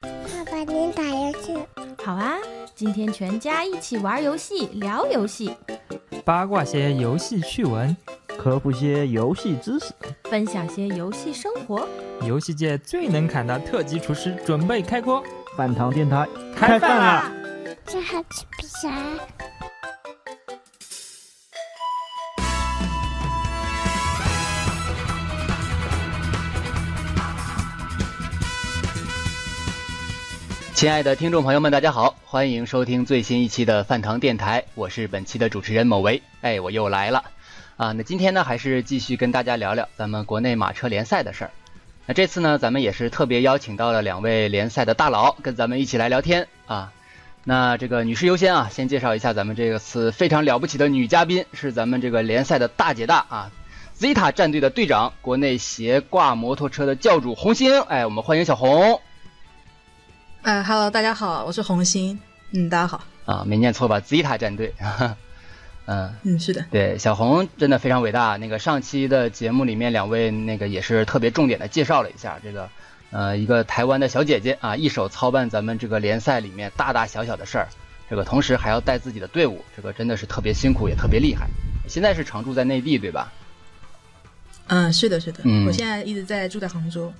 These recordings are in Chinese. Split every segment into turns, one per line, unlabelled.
爸爸，您打游戏？
好啊，今天全家一起玩游戏，聊游戏，
八卦些游戏趣闻，
科普些游戏知识，
分享些游戏生活。
游戏界最能侃的特级厨师准备开锅，
饭堂电台
开饭啦！
啦！
这还吃不啥？
亲爱的听众朋友们，大家好，欢迎收听最新一期的饭堂电台，我是本期的主持人某维。哎，我又来了啊！那今天呢，还是继续跟大家聊聊咱们国内马车联赛的事儿。那这次呢，咱们也是特别邀请到了两位联赛的大佬，跟咱们一起来聊天啊。那这个女士优先啊，先介绍一下咱们这次非常了不起的女嘉宾，是咱们这个联赛的大姐大啊，Zeta 战队的队长，国内斜挂摩托车的教主红星。哎，我们欢迎小红。
呃哈喽，大家好，我是红星。嗯，大家好。
啊，没念错吧？Zeta 战队， 嗯，
嗯，是的，
对，小红真的非常伟大。那个上期的节目里面，两位那个也是特别重点的介绍了一下这个，呃，一个台湾的小姐姐啊，一手操办咱们这个联赛里面大大小小的事儿，这个同时还要带自己的队伍，这个真的是特别辛苦，也特别厉害。现在是常驻在内地，对吧？
嗯，是的，是的。
嗯
我现在一直在住在杭州。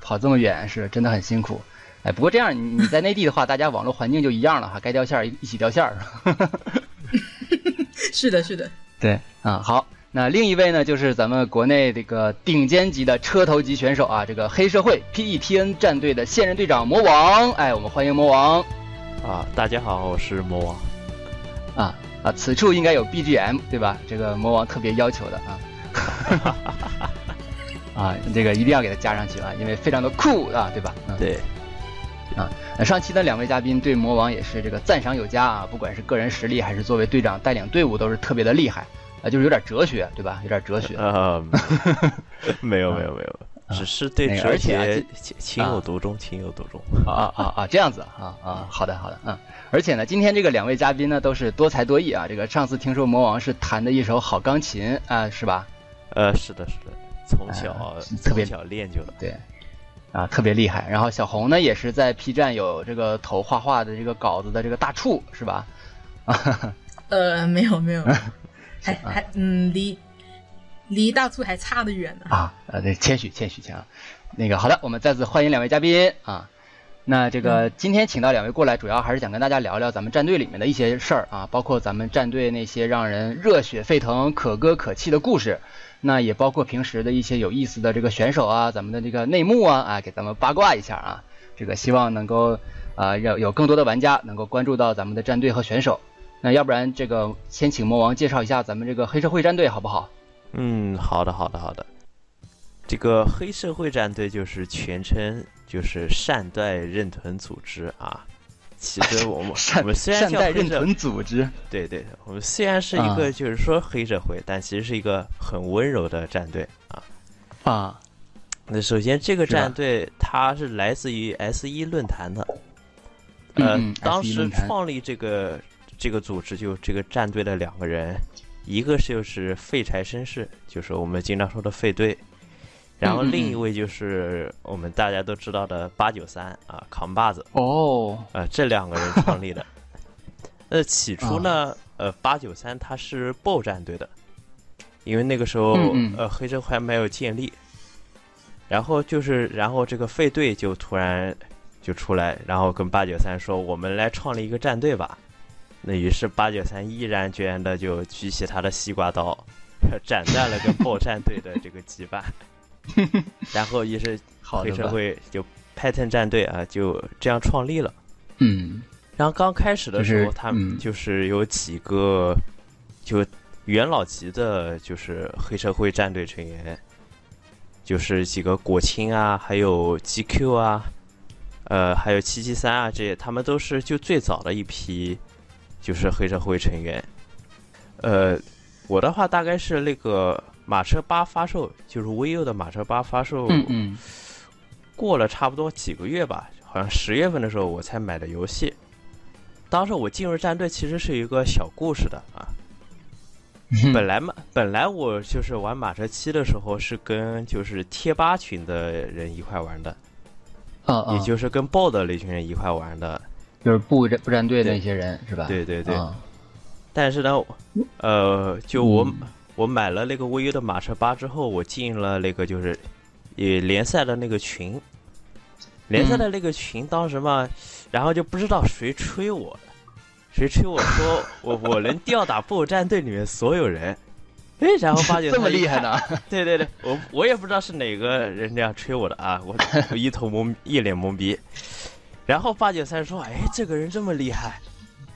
跑这么远是真的很辛苦。哎，不过这样你你在内地的话，大家网络环境就一样了哈，该掉线儿一起掉线儿。
是的，是的。
对，啊，好，那另一位呢，就是咱们国内这个顶尖级的车头级选手啊，这个黑社会 PETN 战队的现任队长魔王，哎，我们欢迎魔王
啊，大家好，我是魔王。
啊啊，此处应该有 BGM 对吧？这个魔王特别要求的啊。 啊，这个一定要给他加上去啊，因为非常的酷啊，对吧？嗯，
对，
那上期的两位嘉宾对魔王也是这个赞赏有加啊，不管是个人实力还是作为队长带领队伍，都是特别的厉害啊，就是有点哲学，对吧？有点哲学。
呃， 没有没有没有，只是对
那个
哲
而且啊
学
这
情情有独钟，情有独钟。
啊啊啊，这样子啊啊啊，好的好的，嗯，而且呢，今天这个两位嘉宾呢都是多才多艺啊。这个上次听说魔王是弹的一手好钢琴啊，是吧？
呃，是的，是的，从小
哎是特
从
别
小练就了。
对，啊，特别厉害。然后小红呢也是在 P 站有这个投画画的这个稿子的这个大触，是吧？
呃，没有，没 有，还还嗯，离离大促还差得远呢。
啊，呃，对谦虚谦虚谦啊。那个好的，我们再次欢迎两位嘉宾啊。那这
嗯
个今天请到两位过来，主要还是想跟大家聊聊咱们战队里面的一些事儿啊，包括咱们战队那些让人热血沸腾、可歌可泣的故事，那也包括平时的一些有意思的这个选手啊，咱们的这个内幕啊，啊，给咱们八卦一下啊。这个希望能够啊，有有更多的玩家能够关注到咱们的战队和选手。那要不然这个先请魔王介绍一下咱们这个黑社会战队好不好？
嗯，好的，好的，好的。这个黑社会战队就是全称就是善待认屯组织啊。其实我们 我
善
们虽然
善
叫
待
啊黑
认
社
屯组织。
对对，我们虽然是一
啊
个就是说黑社会，但其实是一个很温柔的战队啊。
啊
那首先，这个
是吧
战队它是来自于 S 一论坛的，呃，
嗯嗯
当
S1
时
论坛
创立这个这个组织就这个战队的两个人，一个是就是废柴绅士，就是我们经常说的废队，然后
嗯嗯嗯
另一位就是我们大家都知道的八九三啊扛把子，
哦，
呃，这两个人创 立的。呃，起初
啊
呢，呃，八九三他是豹战队的，因为那个时候
嗯嗯
呃黑社会还没有建立，然后就是然后这个费队就突然就出来，然后跟八九三说我们来创立一个战队吧。那于是八九三毅然决然的就举起他的西瓜刀，斩断了跟豹战队的这个羁 绊，然后于是
好
黑
的
社
吧，
会就 Pattern 战队啊就这样创立了。
嗯
然后刚开始的时候，
就是
他们
嗯
就是有几个就元老级的，就是黑社会战队成员，就是几个果青啊，还有 GQ 啊，呃，还有七七三啊，这些他们都是就最早的一批，就是黑社会成员。呃，我的话大概是那个马车八发售，就是 VU 的马车八发售，
嗯嗯，
过了差不多几个月吧，好像十月份的时候我才买的游戏。当时我进入战队其实是有一个小故事的啊，
嗯
本来嘛，本来我就是玩马车七的时候是跟就是贴吧群的人一块玩的，
嗯嗯，
也就是跟豹的那群人一块玩的。
就是步战步战队
对
那些人是吧？
对对对。
啊
但是呢，呃，就我、
嗯
我买了那个 VU 的马车八之后，我进了那个就是也联赛的那个群，联赛的那个群当时嘛，然后就不知道谁吹我，谁吹我说 我我能吊打布偶战队里面所有人，哎，然后发现
这么
他一
厉害呢？
对对对，我我也不知道是哪个人这样吹我的啊，我我一头懵，一脸懵逼。然后八九三说：“哎，这个人这么厉害，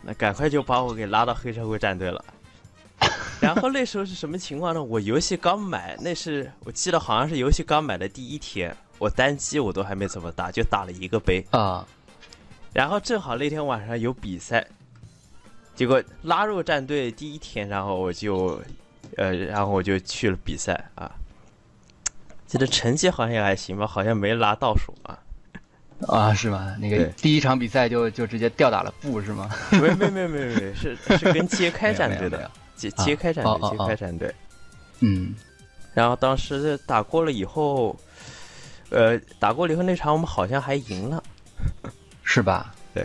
那赶快就把我给拉到黑社会战队了。”然后那时候是什么情况呢？我游戏刚买，那是我记得好像是游戏刚买的第一天，我单机我都还没怎么打，就打了一个杯。
啊，
然后正好那天晚上有比赛，结果拉入战队第一天，然后我就，呃，然后我就去了比赛啊。记得成绩好像也还行吧，好像没拿倒数啊。
啊，是吗？那个
对
第一场比赛就就直接吊打了布是吗？
没没没没没，是是跟揭开战队
没有没有没有
的，揭揭开战
哦哦
队，
哦
揭开战队。
嗯
然后当时打过了以后，呃，打过了以后那场我们好像还赢了，，
是吧？
对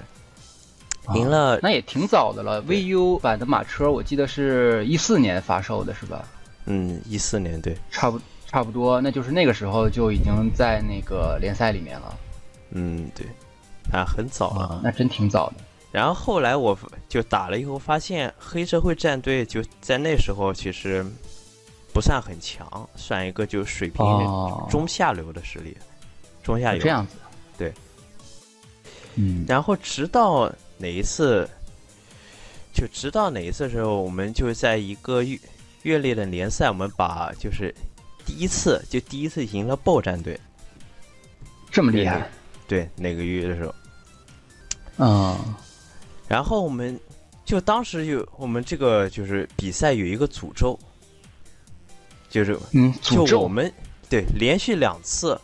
啊，
赢了
那也挺早的了。VU 版的马车，我记得是一四年发售的，是吧？
嗯，一四年对，
差不差不多，那就是那个时候就已经在那个联赛里面了
嗯对，啊很早了。
那真挺早的。
然后后来我就打了以后，发现黑社会战队就在那时候其实不算很强，算一个就水平
哦
中下流的实力，中下游。
这样子，
对，
嗯，
然后直到哪一次，就直到哪一次的时候，我们就在一个月月内的联赛，我们把就是第一次就第一次赢了豹战队，
这么厉害，
对那个月的时候。
嗯
然后我们就当时有我们这个就是比赛有一个诅咒，就是
嗯，
就
诅咒
我们对连续两次，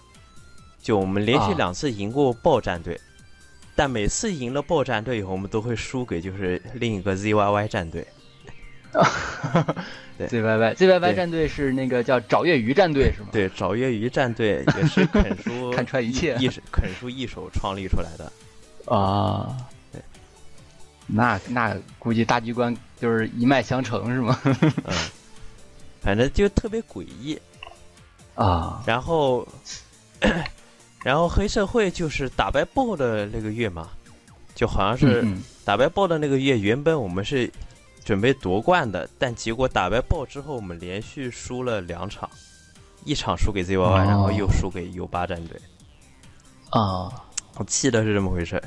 就我们连续
啊
两次赢过豹战队，但每次赢了豹战队以后，我们都会输给就是另一个 ZYY 战队。对
ZYY ZYY
对
战队是那个叫找粤鱼战队是吗？，
对，找粤鱼战队也是肯叔
看穿一切
一手肯叔一手创立出来的。
啊，
对，
那那估计大局观就是一脉相承是吗？
嗯，反正就特别诡异。
啊，
然后， 然后黑社会就是打败 BO 的那个月嘛，就好像是
嗯
打败 BO 的那个月，原本我们是准备夺冠的，但结果打败 BO 之后，我们连续输了两场，一场输给 ZYY，、
哦
然后又输给 U 八战队，
嗯啊，
我记得是这么回事儿。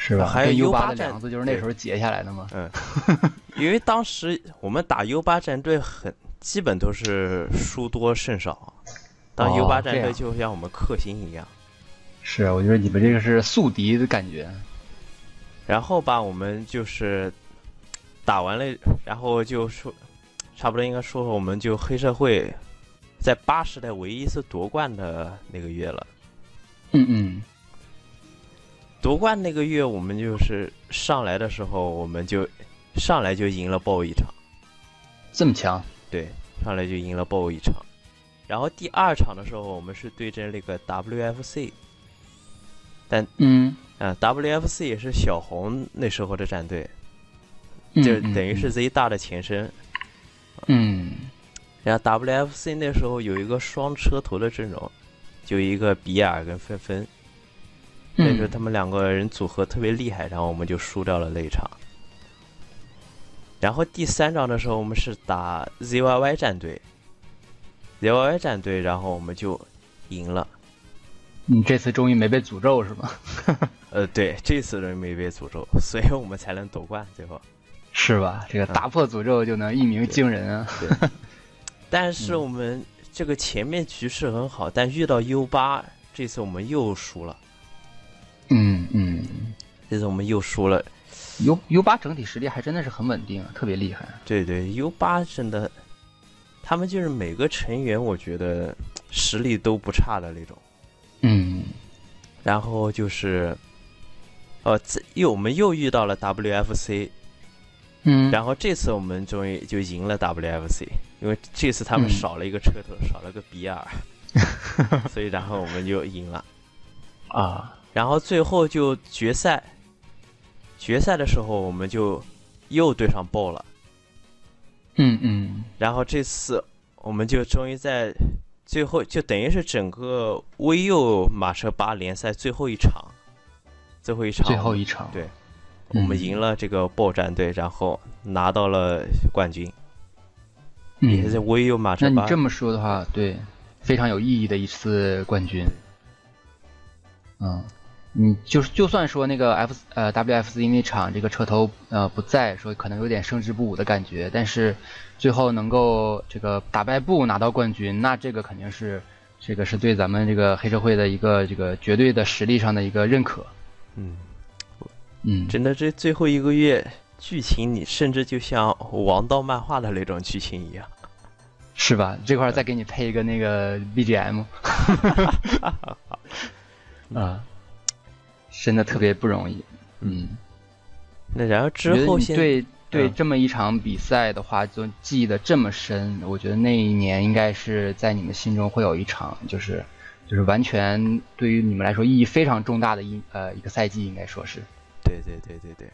是吧？
还有
跟
U8
U 八的
战
梁子就是那时候结下来的嘛。
嗯，因为当时我们打 U 八战队很基本都是输多胜少，当
哦
U 八战
这
队
样
就像我们克星一样。
是，我觉得你们这个是宿敌的感觉。
然后吧，我们就是打完了，然后就说，差不多应该说说我们就黑社会在八十代唯一一次夺冠的那个月了。
嗯嗯，
夺冠那个月，我们就是上来的时候，我们就上来就赢了 BO 一场，
这么强
对，上来就赢了 BO 一场。然后第二场的时候，我们是对阵那个 WFC，
嗯，
啊、w f c 也是小红那时候的战队，
嗯，
就
嗯
等于是 Z 大的前身。
嗯
然后 WFC 那时候有一个双车头的阵容，就一个比尔跟芬芬，
嗯
那时候他们两个人组合特别厉害，然后我们就输掉了那一场。然后第三场的时候，我们是打 ZYY 战队，ZYY 战队，然后我们就赢了。
你这次终于没被诅咒是吗？
呃，对，这次人没被诅咒，所以我们才能夺冠最后。
是吧？这个打破诅咒就能一鸣惊人啊！
但是我们这个前面局势很好，但遇到 U 八，这次我们又输了，
嗯嗯
这次我们又输了。
，U U 八整体实力还真的是很稳定，啊特别厉害。
对对，U 八真的，他们就是每个成员，我觉得实力都不差的那种。
嗯
然后就是，呃，这又我们又遇到了 WFC，
嗯，
然后这次我们终于就赢了 WFC，因为这次他们
嗯
少了一个车头，少了个比尔，所以然后我们就赢了。
啊，
然后最后就决赛，决赛的时候我们就又对上 BO 了。
嗯嗯
然后这次我们就终于在最后，就等于是整个 VU 马车八联赛最后一场，最后一场，
最后一场，嗯
对我们赢了这个豹战队，然后拿到了冠军，
嗯，
也是在 VU 马
那
车
你
八。
这么说的话，对，非常有意义的一次冠军。嗯，你就是就算说那个 F 呃 WFC 那场这个车头呃不在，说可能有点胜之不武的感觉，但是最后能够这个打败布拿到冠军，那这个肯定是这个是对咱们这个黑社会的一个这个绝对的实力上的一个认可。
嗯，
嗯，
真的这最后一个月剧情，你甚至就像王道漫画的那种剧情一样。
是吧？
嗯
这块儿再给你配一个那个 BGM，啊，
嗯
真的特别不容易。嗯，
那然后
我觉
之
得
后
你
现
对对
嗯
这么一场比赛的话，就记得这么深，我觉得那一年应该是在你们心中会有一场，就是就是完全对于你们来说意义非常重大的一呃一个赛季，应该说是，
对对对对对。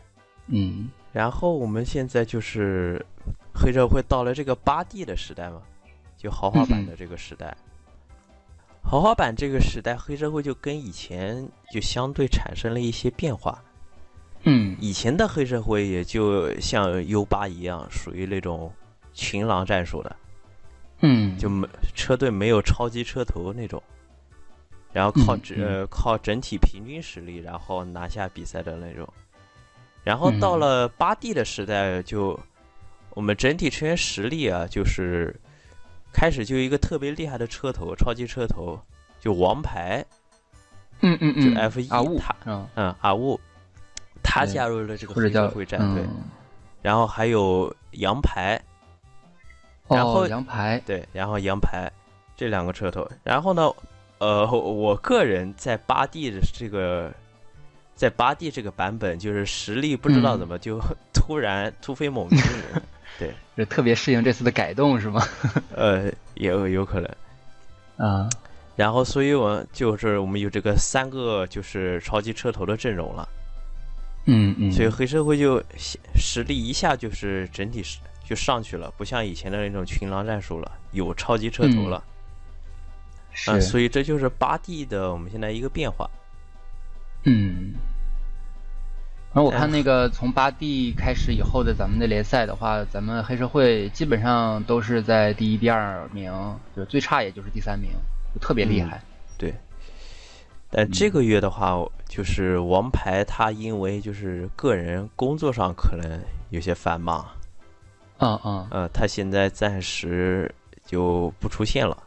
嗯
然后我们现在就是黑社会到了这个八 D 的时代嘛，就豪华版的这个时代。豪华版这个时代，黑社会就跟以前就相对产生了一些变化。
嗯
以前的黑社会也就像 U 八一样，属于那种群狼战术的，
嗯，
就没车队没有超级车头那种，然后靠
嗯
整、
嗯
呃靠整体平均实力，然后拿下比赛的那种。然后
嗯
到了八 D 的时代就，我们整体成员实力啊，就是开始就一个特别厉害的车头，超级车头，就王牌，
嗯嗯嗯
就 F1
啊雾
塔
嗯，
嗯，阿雾，他
对
加入了这个
或者
黑
叫
社会战队，
嗯
然后还有杨牌，
哦
然后
杨牌，
对，然后羊排这两个车头。然后呢，呃，我个人在八 D 的这个，在八 D 这个版本，就是实力不知
嗯
道怎么就 突然突飞猛进了，
就特别适应这次的改动是吗？
呃，也有有可能。
啊，
然后，所以我就是我们有这个三个就是超级车头的阵容了，
嗯嗯，
所以啊黑社会就实实力一下就是整体是就上去了，不像以前的那种群狼战术了，有超级车头
嗯
了。
是
嗯，所以这就是八 D 的我们现在一个变化。
嗯。然后我
哎
看那个从八 D 开始以后的咱们的联赛的话，咱们黑社会基本上都是在第一、第二名，就最差也就是第三名，就特别厉
嗯
害。
但这个月的话，就是王牌他因为就是个人工作上可能有些繁忙，
嗯嗯
呃，他现在暂时就不出现了，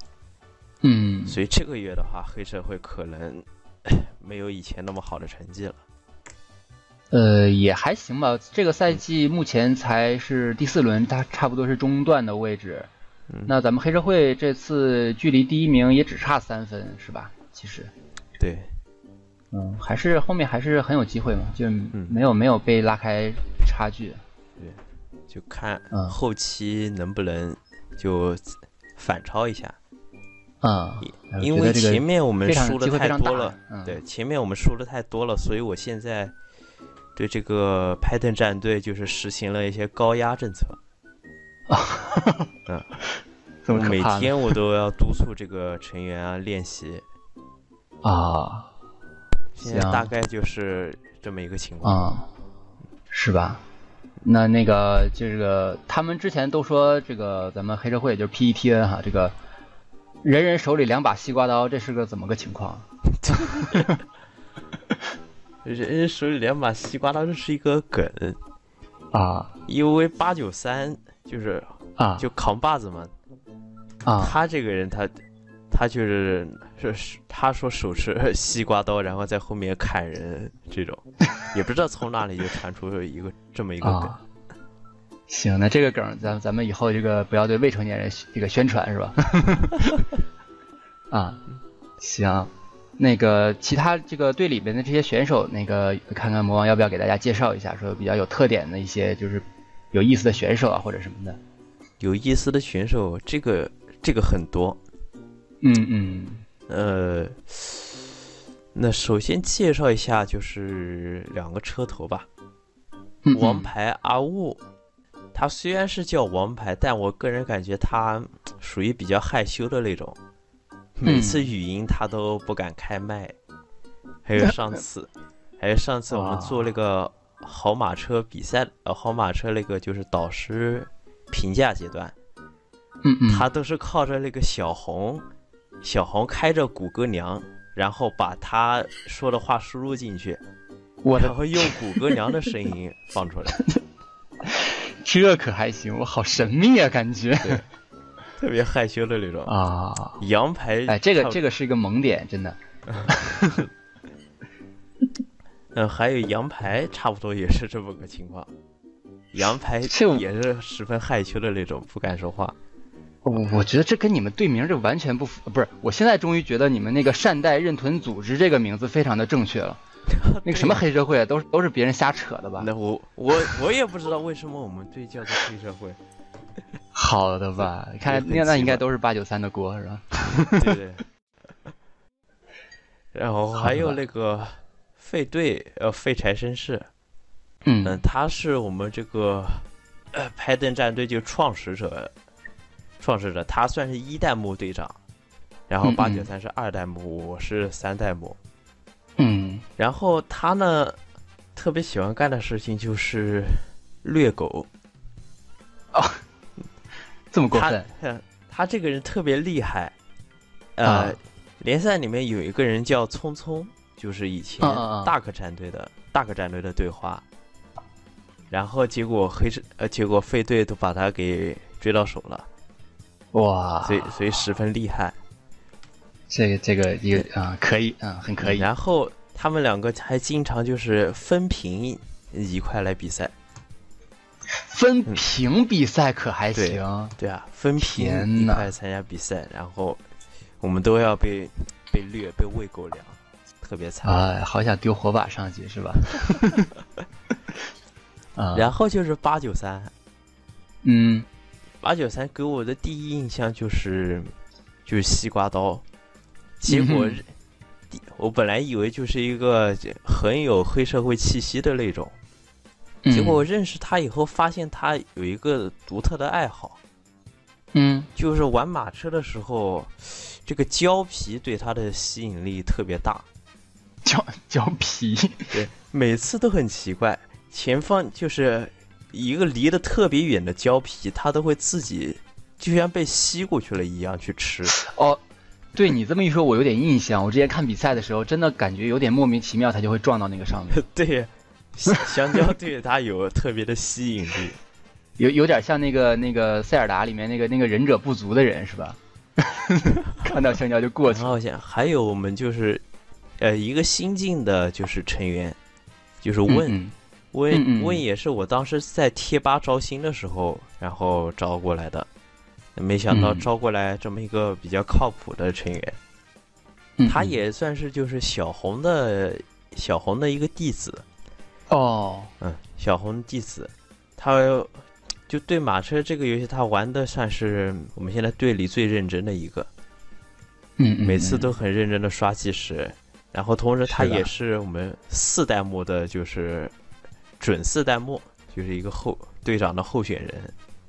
嗯，
所以这个月的话，黑社会可能 没有以前那么好的成绩了。
呃，也还行吧。这个赛季目前才是第四轮，它差不多是中段的位置。
嗯
那咱们黑社会这次距离第一名也只差三分，是吧？其实，
对，
嗯，还是后面还是很有机会嘛，
嗯
就没有、没有被拉开差距。
就看
嗯
后期能不能就反超一下，
啊，哎我
因
觉
为
得这个
前面我们
非常
输的
机会
太
非常
多
大
了，
嗯
对，前面我们输的太多了，所以我现在对这个 Python 战队就是实行了一些高压政策。嗯，
这么可
每
怕呢
天我都要督促这个成员啊 练习，
啊
现在
行
大概就是这么一个情况。
啊，是吧？那那个这个，他们之前都说这个咱们黑社会就是 PETN 哈，这个人人手里两把西瓜刀，这是个怎么个情况？
人人手里两把西瓜刀，这是一个梗，
啊
因为八九三就是
啊
就扛把子嘛，
啊！
他这个人他，他就是是是他说手持 西瓜刀，然后在后面砍人 这种，也不知道从哪里就传出一个这么一个梗。
啊行，那这个梗咱咱们以后这个不要对未成年人这个宣传是吧？ 啊，行，那个其他这个队里边的这些选手，那个看看魔王要不要给大家介绍一下，说比较有特点的一些就是有意思的选手啊或者什么的。
有意思的选手，这
嗯
个这个很多，
嗯嗯
呃，那首先介绍一下就是两个车头吧，
嗯
王，牌阿雾，它虽然是叫王牌，但我个人感觉它属于比较害羞的那种，
嗯
每次语音它都不敢开麦。还有上次，还有上次我们做那个好马车比赛，呃，好马车那个就是导师评价阶段，
嗯嗯，
他都是靠着那个小红，小红开着谷歌娘，然后把他说的话输入进去，
我
然
的
后用谷歌娘的声音 放出来，
这可还行，我好神秘啊，感 觉
特别害羞的那种。
啊，
羊排，
哎，这个
差不
这个是一个萌点，真的，
嗯，还有羊排，差不多也是这么个情况。羊排
这
也是十分害羞的那种，不敢说话。
我我觉得这跟你们队名这完全不符，呃不是，我现在终于觉得你们那个善待认屯组织这个名字非常的正确了， 那个什么黑社会啊都是都是别人瞎扯的吧？
那我我我也不知道为什么我们队叫做黑社会。
好的吧，看来
很
那那
奇
应该
怪
都是八九三的锅是吧？
对对。然后还有那个废队，呃，废柴绅士，嗯
嗯，，
他是我们这个呃拍灯战队就创始者，创始者，他算是一代目队长，然后
嗯嗯
八九三是二代目，我是三代目。
嗯，
然后他呢，特别喜欢干的事情就是虐狗，
这么过
他
分，
呃他这个人特别厉害，呃，
啊
联赛里面有一个人叫聪聪，就是以前
啊啊啊
大可战队的、大可战队的队花，然后结果黑市呃，结果费队都把他给追到手了，
哇，
所以所以十分厉害。
这个这个也啊、可以啊、很可以，
然后他们两个还经常就是分屏一块来比赛，
分屏比赛可还行，
嗯对啊，分屏
天
一
呐
块参加比赛，然后我们都要被被虐、被喂狗粮，特别惨。
哎，好想丢火把上去是吧？ 啊，
然后就是八九三，
嗯，
八九三给我的第一印象就是就是西瓜刀，结果
嗯哼
第、我本来以为就是一个很有黑社会气息的那种，
嗯
结果我认识他以后，发现他有一个独特的爱好，
嗯，
就是玩马车的时候，这个胶皮对他的吸引力特别大，
胶胶皮，
每次都很奇怪，前方就是一个离得特别远的胶皮，它都会自己就像被吸过去了一样去吃。
哦，对你这么一说，我有点印象。我之前看比赛的时候，真的感觉有点莫名其妙，它就会撞到那个上面，
对，香 香蕉对它有特别的吸引力。
有有点像那个那个塞尔达里面那个那个忍者不足的人是吧？ 看到香蕉就过
然
去。
后像还有我们就是，呃，一个新进的就是成员，就是问、
嗯
问、
嗯嗯
问也是我当时在贴吧招新的时候，然后招过来的。没想到
嗯
招过来这么一个比较靠谱的成员，
嗯
他也算是就是小红的小红的一个弟子，
哦，
嗯，小红弟子，他就对马车这个游戏他玩的算是我们现在队里最认真的一个，
嗯，嗯
每次
嗯
都很认真的刷计时，然后同时他
是的
也是我们四代目的就是准四代目，就是一个候队长的候选人，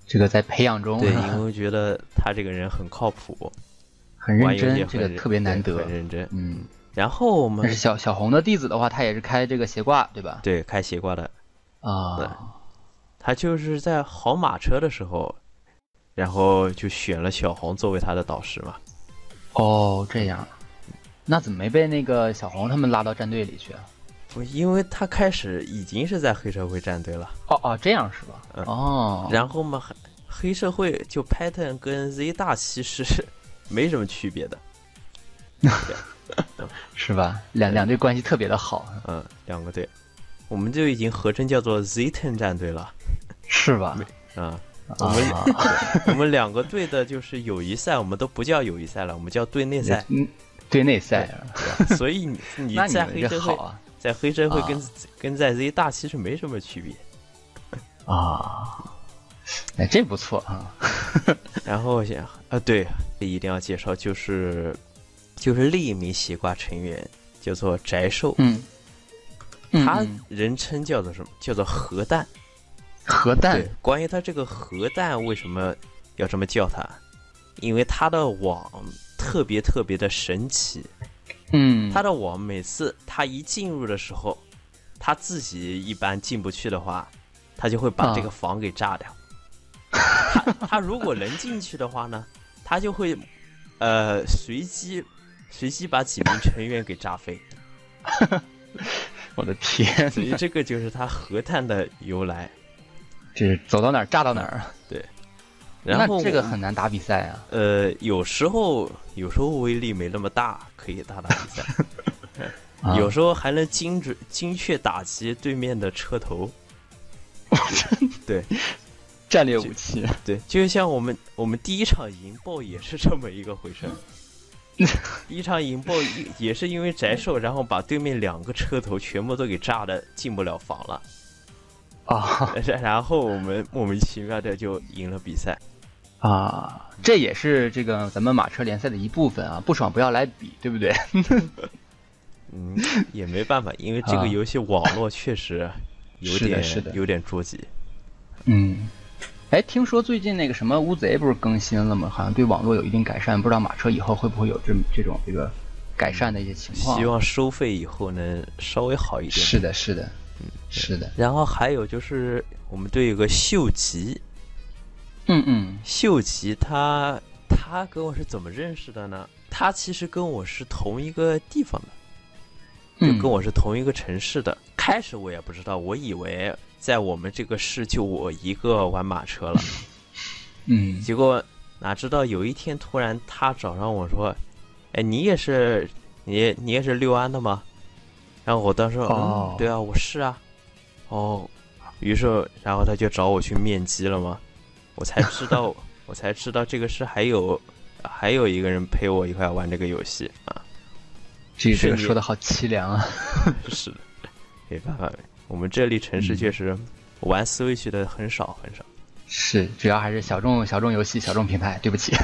这个在培养中，
对，因为觉得他这个人很靠谱，
很
玩
认
游戏
真，这
也很
个
认
特别难
对
得
很。认真。
嗯，
然后我
但
们
是小小红的弟子的话，他也是开这个斜挂，对吧？
对开斜挂的对
啊，
他就是在好马车的时候，然后就选了小红作为他的导师嘛。
哦，这样，那怎么没被那个小红他们拉到战队里去啊？
不，因为他开始已经是在黑社会战队了，
哦哦，这样是吧？
嗯
哦，
然后嘛，黑黑社会就 Pattern 跟 Z 大其实是 没什么区别的。
是吧？两两队关系特别的好，
嗯，两个队，我们就已经合称叫做 Z Ten 战队了。
是吧？
啊、
我们。
我们两个队的就是友谊赛，我们都不叫友谊赛了，我们叫队内赛
嗯，队内赛啊，
所以你你
那你
在
们
黑
这
社
好
会，
啊
在黑社会跟、
啊
跟在 Z 大其实没什么区别。
啊！哎，这不错啊，
然后我想呃啊，对，一定要介绍就是就是另一名斜挂成员叫做翟寿，
嗯，嗯
他
嗯
人称叫做什么？叫做核弹。
核弹
对，关于他这个核弹为什么要这么叫他？因为他的网特别特别的神奇，
嗯，
他的网每次他一进入的时候，他自己一般进不去的话，他就会把
啊
这个房给炸掉。他他如果能进去的话呢，他就会呃随机随机把几名成员给炸飞。
我的天，
所以这个就是他核弹的由来。
这走到哪儿炸到哪儿，啊
然 后
那这个很难打比赛啊。
呃，有时候有时候威力没那么大，可以打打比赛。
啊
有时候还能精准精确打击对面的车头，
战略武器，
对，就像我们我们第一场赢爆也是这么一个回 事儿，第一场赢爆一也是因为宅兽，然后把对面两个车头全部都给炸的进不了房了，
啊
然然后我们莫名其妙的就赢了比赛。
啊，这也是这个咱们马车联赛的一部分啊，不爽不要来比，对不对？
嗯，也没办法，因为这
啊
个游戏网络确实有
是的
点
是的
有点捉急。
嗯，哎，听说最近那个什么乌贼不是更新了吗？好像对网络有一定改善，不知道马车以后会不会有这么这种这个改善的一些情况？
希望收费以后能稍微好一点。
是的，是的，是的，
然后还有就是，我们队有个秀吉，
嗯嗯，
秀吉他他跟我是怎么认识的呢？他其实跟我是同一个地方的，就
嗯
跟我是同一个城市的。开始我也不知道，我以为在我们这个市就我一个玩马车了。
嗯
结果哪知道有一天突然他找上我说：“哎，你也是你你也是六安的吗？”然后我当时、
哦
嗯，对啊，我是啊，哦，于是然后他就找我去面基了嘛，我才知道我才知道这个是还有还有一个人陪我一块玩这个游戏啊，
这这个
是你
说的好凄凉 啊。
是的，没办法，我们这里城市确实玩 Switch 的很少很少。
是，主要还是小众小众游戏、小众平台。对不起，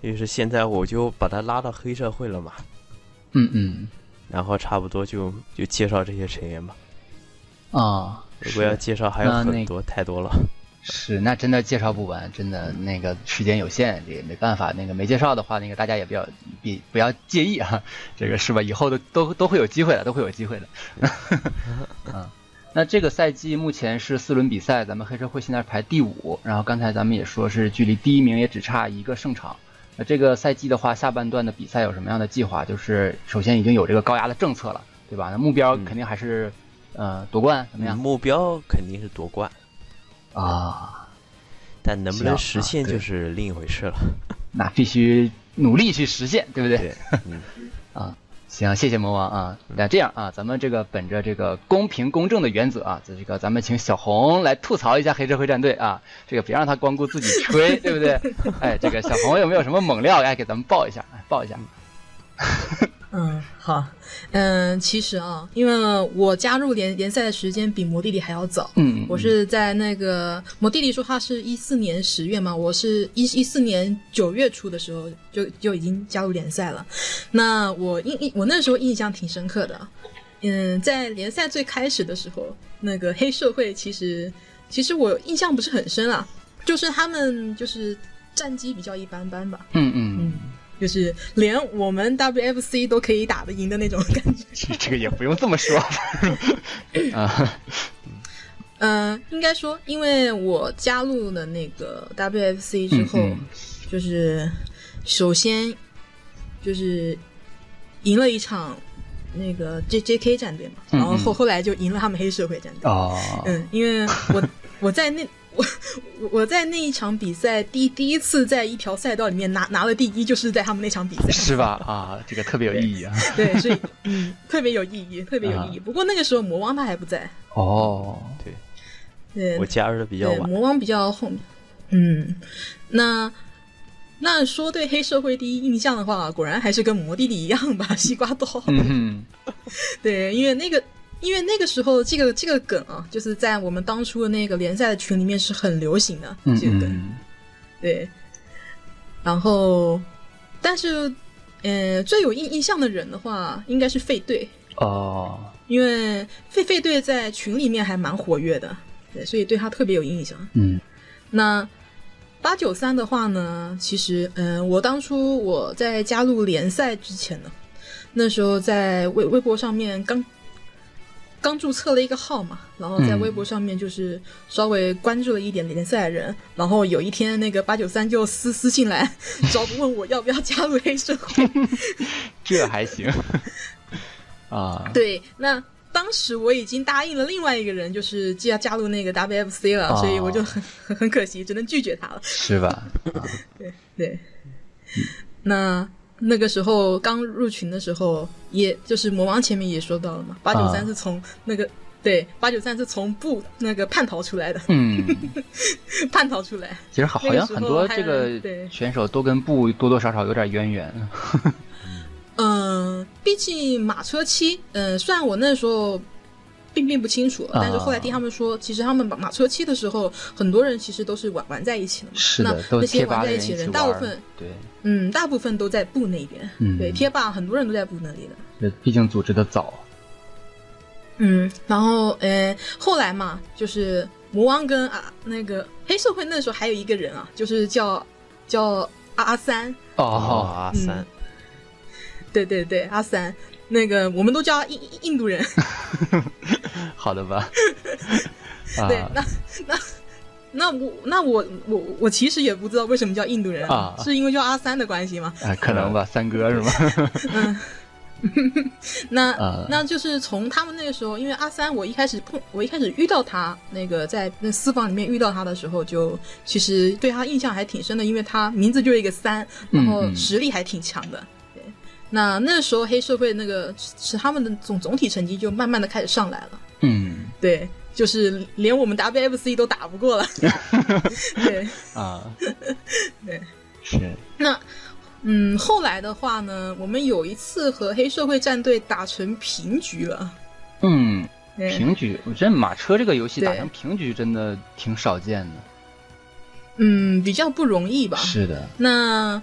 于是现在我就把他拉到黑社会了嘛，
嗯嗯
然后差不多就就介绍这些成员吧。
啊，
如果要介绍还有
那
很
那
多，太多了。
是那真的介绍不完，真的那个时间有限，也没办法。那个没介绍的话，那个大家也不要别不要介意啊，这个是吧？以后都都都会有机会的，都会有机会的。 嗯，那这个赛季目前是四轮比赛，咱们黑社会现在排第五，然后刚才咱们也说是距离第一名也只差一个胜场。那这个赛季的话，下半段的比赛有什么样的计划？就是首先已经有这个高压的政策了，对吧？那目标肯定还是、呃夺冠怎么样？
嗯目标肯定是夺冠，
啊，
但能不
行啊
能实现
对
就是另一回事了。
那必须努力去实现，对不对？
对，嗯，
行，谢谢魔王啊。那这样啊，咱们这个本着这个公平公正的原则啊，这个咱们请小红来吐槽一下黑社会战队啊，这个别让他光顾自己吹，对不 对？哎，这个小红有没有什么猛料，哎，给咱们报一下，哎，报一下。
嗯，好，嗯，其实啊，因为我加入联联赛的时间比魔弟弟还要早，
嗯，
我是在那个魔弟弟说他是一四年十月嘛，我是一一四年九月初的时候就就已经加入联赛了。那我印印我那时候印象挺深刻的，嗯，在联赛最开始的时候，那个黑社会其实其实我印象不是很深啊，就是他们就是战绩比较一般般吧，
嗯嗯，
就是连我们 WFC 都可以打得赢的那种感觉。
这这个也不用这么说 啊，
嗯，应该说，因为我加入了那个 WFC 之后，
嗯
就是首先就是赢了一场那个 J JK 战队嘛，
嗯嗯
然后后后来就赢了他们黑社会战队。
哦，
嗯，因为我 我在那我我我在那一场比赛第第一次在一条赛道里面拿拿了第一，就是在他们那场比赛。
是吧？啊，这个特别有意义啊。
对，所以嗯，特别有意义，特别有意义。不过那个时候魔王他还不在，
哦，
对
我，加入的比较
对，
晚，
魔王比较后面。嗯，那那说对黑社会第一印象的话，果然还是跟魔弟弟一 样吧，西瓜刀。
嗯
对，因为那个。因为那个时候，这个这个梗啊，就是在我们当初的那个联赛的群里面是很流行的。
嗯
这个梗，
嗯，
对。然后，但是呃，最有印印象的人的话，应该是费队，
哦，
因为费费队在群里面还蛮活跃的，对，所以对他特别有印象。
嗯
那八九三的话呢，其实，嗯、我当初我在加入联赛之前呢，那时候在微微博上面刚刚注册了一个号嘛，然后在
嗯
微博上面就是稍微关注了一点联赛的人，然后有一天那个八九三就私私信来找问我要不要加入黑社 会，
这还 行啊，
对，那。当时我已经答应了另外一个人，就是既要加入那个 WFC 了，
哦
所以我就很很很可惜，只能拒绝他了。
是吧？啊
对，那那个时候刚入群的时候，也就是魔王前面也说到了嘛，八九
啊
三是从那个、对八九三是从不那个叛逃出来的，
嗯，
叛逃出来，
其实好
那
好
个
像
时
很
候
多
还
这个
对
选手都跟布多多少少有点渊源。
嗯、毕竟马车七，嗯，虽然我那时候。并并不清楚，
啊
但是后来听他们说，其实他们马马车七的时候，很多人其实都是玩玩在一起的嘛。
是的，
那
都
那些
贴吧
玩
的
在一
人
起的
起玩
人，大部
儿
分
对，
嗯，大部分都在布那边。
嗯，
对，贴吧很多人都在布那里的。
对，毕竟组织的早。
嗯，然后呃，后来嘛，就是魔王跟啊那个黑社会那时候还有一个人啊，就是叫叫阿阿三，
哦，
阿
嗯
三，
对对对，阿三，那个我们都叫他印印印度人，
好的吧？
对
啊，，
那那。那我那我我我其实也不知道为什么叫印度人
啊
是因为叫阿三的关系吗？
哎可能 吧，三哥是吗？
那、
啊
那就是从他们那个时候，因为阿三，我一开始碰，我一开始遇到他，那个在那私房里面遇到他的时候就，其实对他印象还挺深的，因为他名字就是一个三，然后
嗯嗯
实力还挺强的。对，那那时候黑社会那个是他们的总总体成绩就慢慢的开始上来了，
嗯
对，就是连我们 WFC 都打不 过了。对，
啊，
对，
是
那。嗯，后来的话呢，我们有一次和黑社会战队打成平局了。
嗯，
对
平局。我觉得马车这个游戏打
对
成平局真的挺少见的。
嗯，比较不容易吧。
是的，
那，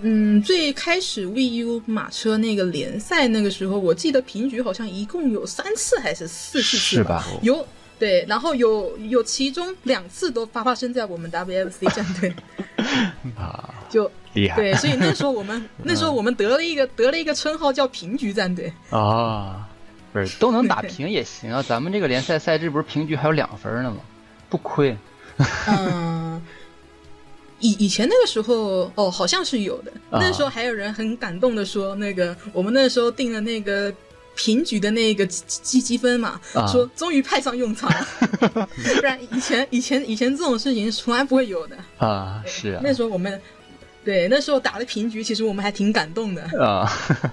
嗯，最开始 VU 马车那个联赛那个时候，我记得平局好像一共有三次还是四次
是？吧？
有对，然后有有其中两次都发发生在我们 WFC 战 队，
啊，
就
厉害
对，所以那时候我 们那
嗯
时候我们得了一个得了一个称号叫平局战 队。
啊！不是都能打平也行 啊，咱们这个联赛赛制不是平局还有两分呢吗？不亏。
嗯，以以前那个时候，哦，好像是有的。
啊
那时候还有人很感动的说，那个我们那时候定了那个平局的那个积积积分嘛，
啊
说终于派上用场了。 不然以前以前以前这种事情从来不会有的。
啊，是啊
那，时候我们。对，那时候打了平局，其实我们还挺感动的。
啊，还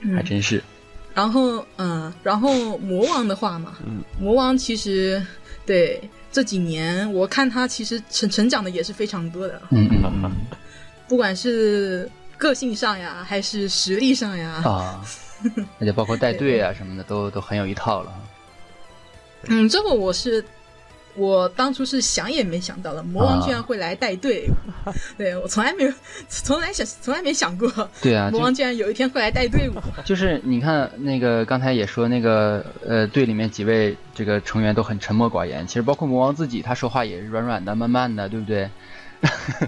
嗯，
真是，
然后，嗯，然后魔王的话嘛，
嗯
魔王其实对这几年，我看他其实成成长的也是非常多的。
嗯嗯嗯
不管是个性上呀，还是实力上 呀，
啊，而且包括带队啊什么的，都都很有一套了。
嗯，这个我是我当初是想也没想到的，魔王
啊
居然会来带队，对我从来没有，从来想从来没想过，
对啊，
魔
就嗯
王居然有一天会来带队伍，
就是你看那个刚才也说那个呃队里面几位这个成员都很沉默寡言，其实包括魔王自己，他说话也是软软的、慢慢的，对不对？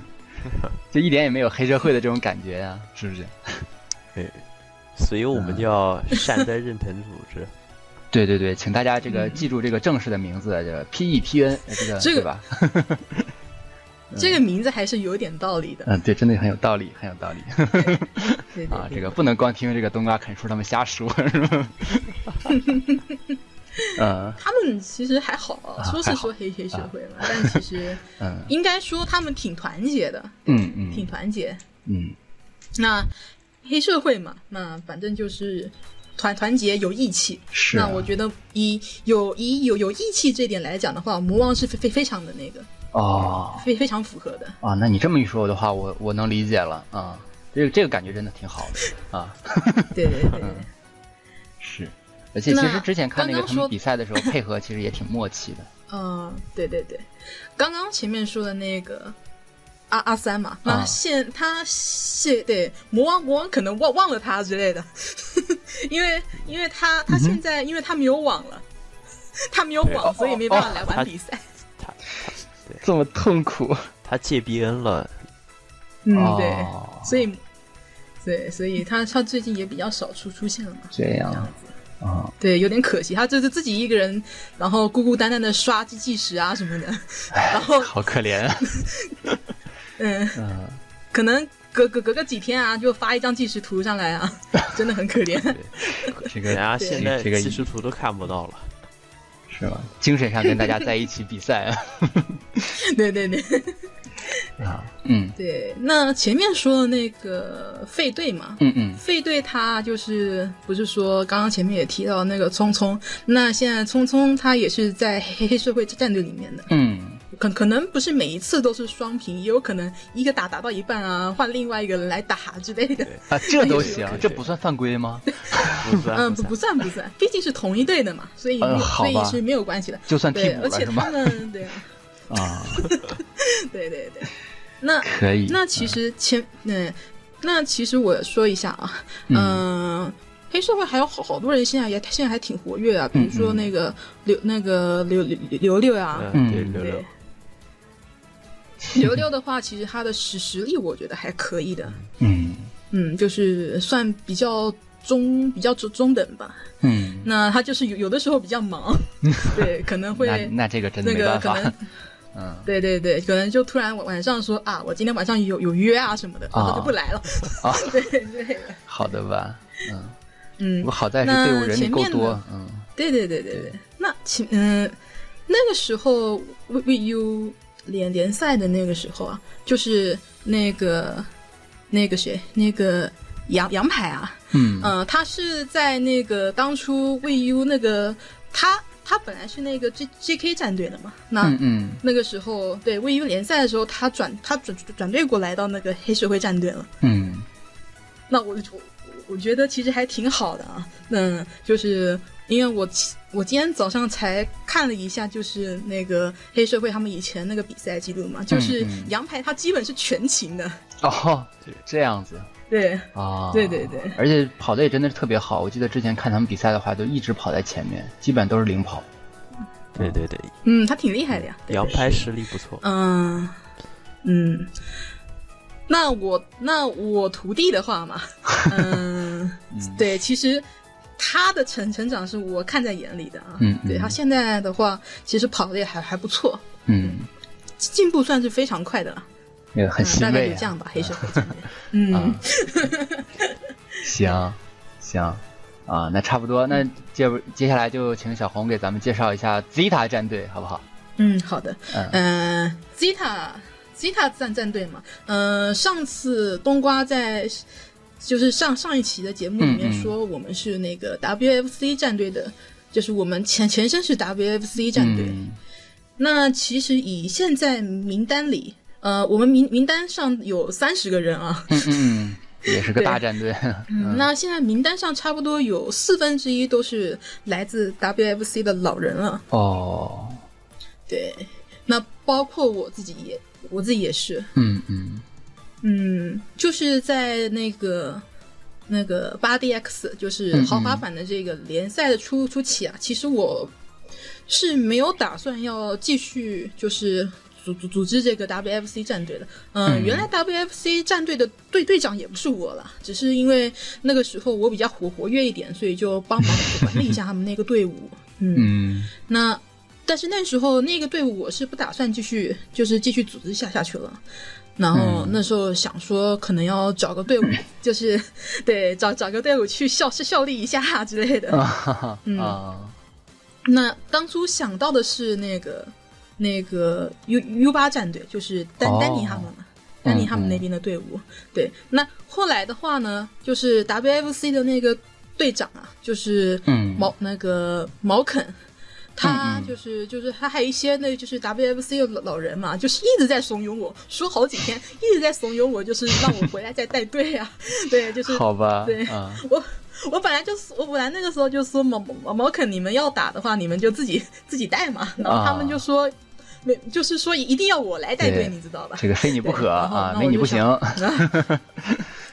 就一点也没有黑社会的这种感觉呀、是不是？
所以我们就要善待认同组织。
嗯对对对，请大家这个记住这个正式的名字，这个 P E P N，这个
嗯这个
对吧？
这个名字还是有点道理的，
嗯，对，真的很有道理，很有道理
对对对
啊！这个不能光听这个冬瓜啃树他们瞎说，是吧？嗯
他们其实还好，啊说是
啊还好
说黑黑社会嘛，但其 实
嗯
应该说他们挺团结的，
嗯
挺
嗯
团结。
嗯，
那黑社会嘛，那反正就是团团结有义气，
是啊。
那我觉得以有以有有义气这点来讲的话，魔王是非非非常的那个
哦
非非常符合的。
啊，那你这么一说的话，我我能理解了啊，这个这个感觉真的挺好 的啊，
对对对，
是，而且其实之前看那个
那刚刚
他
说
们比赛的时候，配合其实也挺默契的
嗯、对对对。刚刚前面说的那个，阿阿三嘛，那
啊
现他现对魔王国王可能忘忘了他之类的， 因为因为他他现在、因为他没有网了，他没有网，所以没办法来玩比赛。
这么痛苦。
他戒 B N 了，
嗯，对，
哦，
所以对，所以他他最近也比较少出出现了嘛，
这样
这样子。
啊，
对，有点可惜，他就是自己一个人，然后孤孤单单的刷机计时啊什么的， 然后
好可怜 啊。
嗯，
嗯，
可能隔隔隔个几天啊，就发一张计时图上来啊， 真的很可怜。
这
人
个
家现在
这个
技术图都看不到了。
是吧？精神上跟大家在一起比赛 啊。
对对对
嗯
对，那前面说的那个费队嘛，
嗯嗯，
费队他就是不是说刚刚前面也提到那个聪聪，那现在聪聪他也是在黑黑社会战队里面的，
嗯，
可可能不是每一次都是双屏，也有可能一个打打到一半啊，换另外一个人来打之类的。
啊，这都
对
行
对，
这不算犯规吗？
不算，
嗯，不
啊不
不
算，
算不算，毕竟是同一队的嘛，所以、
呃好
所
吧
以是没有关系的。
就 算替
对，
补
而
了
且
是吗
他？们对啊，
啊，
对对对，那
可以。
那其实前嗯、那其实我说一下啊，嗯、黑社会还有好好多人现在也现在还挺活跃啊，比如说
嗯嗯
那个刘那个刘刘刘六啊，
嗯，
嗯
对，刘刘
对， 刘六的话，其实他的实实力我觉得还可以的，
嗯
嗯，就是算比较中比较中中等吧。
嗯，
那他就是有有的时候比 较忙，对，可能会
那那这个真的
那
没
个
办
可
法
能。
嗯，
对对对，可能就突然晚晚上说啊，我今天晚上有有约啊什么的，然后就不来了。
啊
对对，
好的吧。嗯，
嗯
我，好在是队伍人力够多。嗯
对对对对对。那其嗯、那个时候 V V U 联联赛的那个时候啊，就是那个那个谁，那个杨杨牌啊，
嗯
嗯、他是在那个当初 V U 那个他他本来是那个 J J K 战队的嘛，那。
嗯嗯
那个时候，对 VU 联赛的时候，他转他转转队过来到那个黑社会战队了。
嗯
那我就我觉得其实还挺好的啊。嗯，就是因为我其我今天早上才看了一下，就是那个黑社会他们以前那个比赛记录嘛，就是
嗯
杨牌他基本是全勤的。
哦，这样子
对
啊。
对对对
而且跑的也真的是特别好，我记得之前看他们比赛的话，都一直跑在前面，基本都是领跑。
对对对，
嗯，他挺厉害的呀。对
杨拍实力不错，
嗯嗯，那我那我徒弟的话嘛， 嗯，对，其实他的成成长是我看在眼里的啊。
嗯嗯
对他现在的话，其实跑的也还还不错，
嗯，
进步算是非常快的了。
也很
嗯，
欣
大概
慰
就
啊
这。样吧，黑社会战队。嗯
啊，行，行，啊，那差不多，那
嗯
接不接下来就请小红给咱们介绍一下 Zeta 战队，好不好？
嗯，好的。
嗯
嗯、z 塔 Zeta 战战队嘛，呃，上次冬瓜在就是上上一期的节目里
嗯
面
嗯
说，我们是那个 WFC 战队的，就是我们前前身是 WFC 战队。
嗯
那其实以现在名单里，呃，我们名名单上有三十个人啊，
嗯嗯，也是个
对
大战 队。
嗯，那现在名单上差不多有四分之一都是来自 WFC 的老人了。
哦，
对，那包括我自己也，我自己也是，
嗯嗯
嗯，就是在那个那个八 DX，就是
嗯嗯
豪华版的这个联赛的初初期啊，其实我是没有打算要继续就是组组组织这个 WFC 战队的。嗯，
嗯
原来 WFC 战队的队队长也不是我了，只是因为那个时候我比较活活跃一点，所以就帮忙管理一下他们那个队伍。嗯，
嗯
那但是那时候那个队伍我是不打算继续，就是继续组织下下去了。然后
嗯
那时候想说，可能要找个队 伍，就是对找找个队伍去效效力一下之类的。
啊哈哈
嗯
啊
那当初想到的是那个那个 U U 八战队，就是丹、
哦嗯
丹尼他们嘛，丹尼他们那边的队伍。对，那后来的话呢，就是 WFC 的那个队长啊，就是
嗯
毛那个毛肯。他
嗯嗯
就是就是他还有一些那就是 WFC 的老老人嘛，就是一直在怂恿我说好几天，一直在怂恿我，就是让我回来再带队啊，对，就是
好吧
对，
啊
我我本来就是我本来那个时候就说毛毛毛肯你们要打的话，你们就自己自己带嘛。然后他们就说，没，就是说一定要我来带队，
对
你知道吧？
这个非你不可
对然后
啊，
那
没
我
你
就
不行
想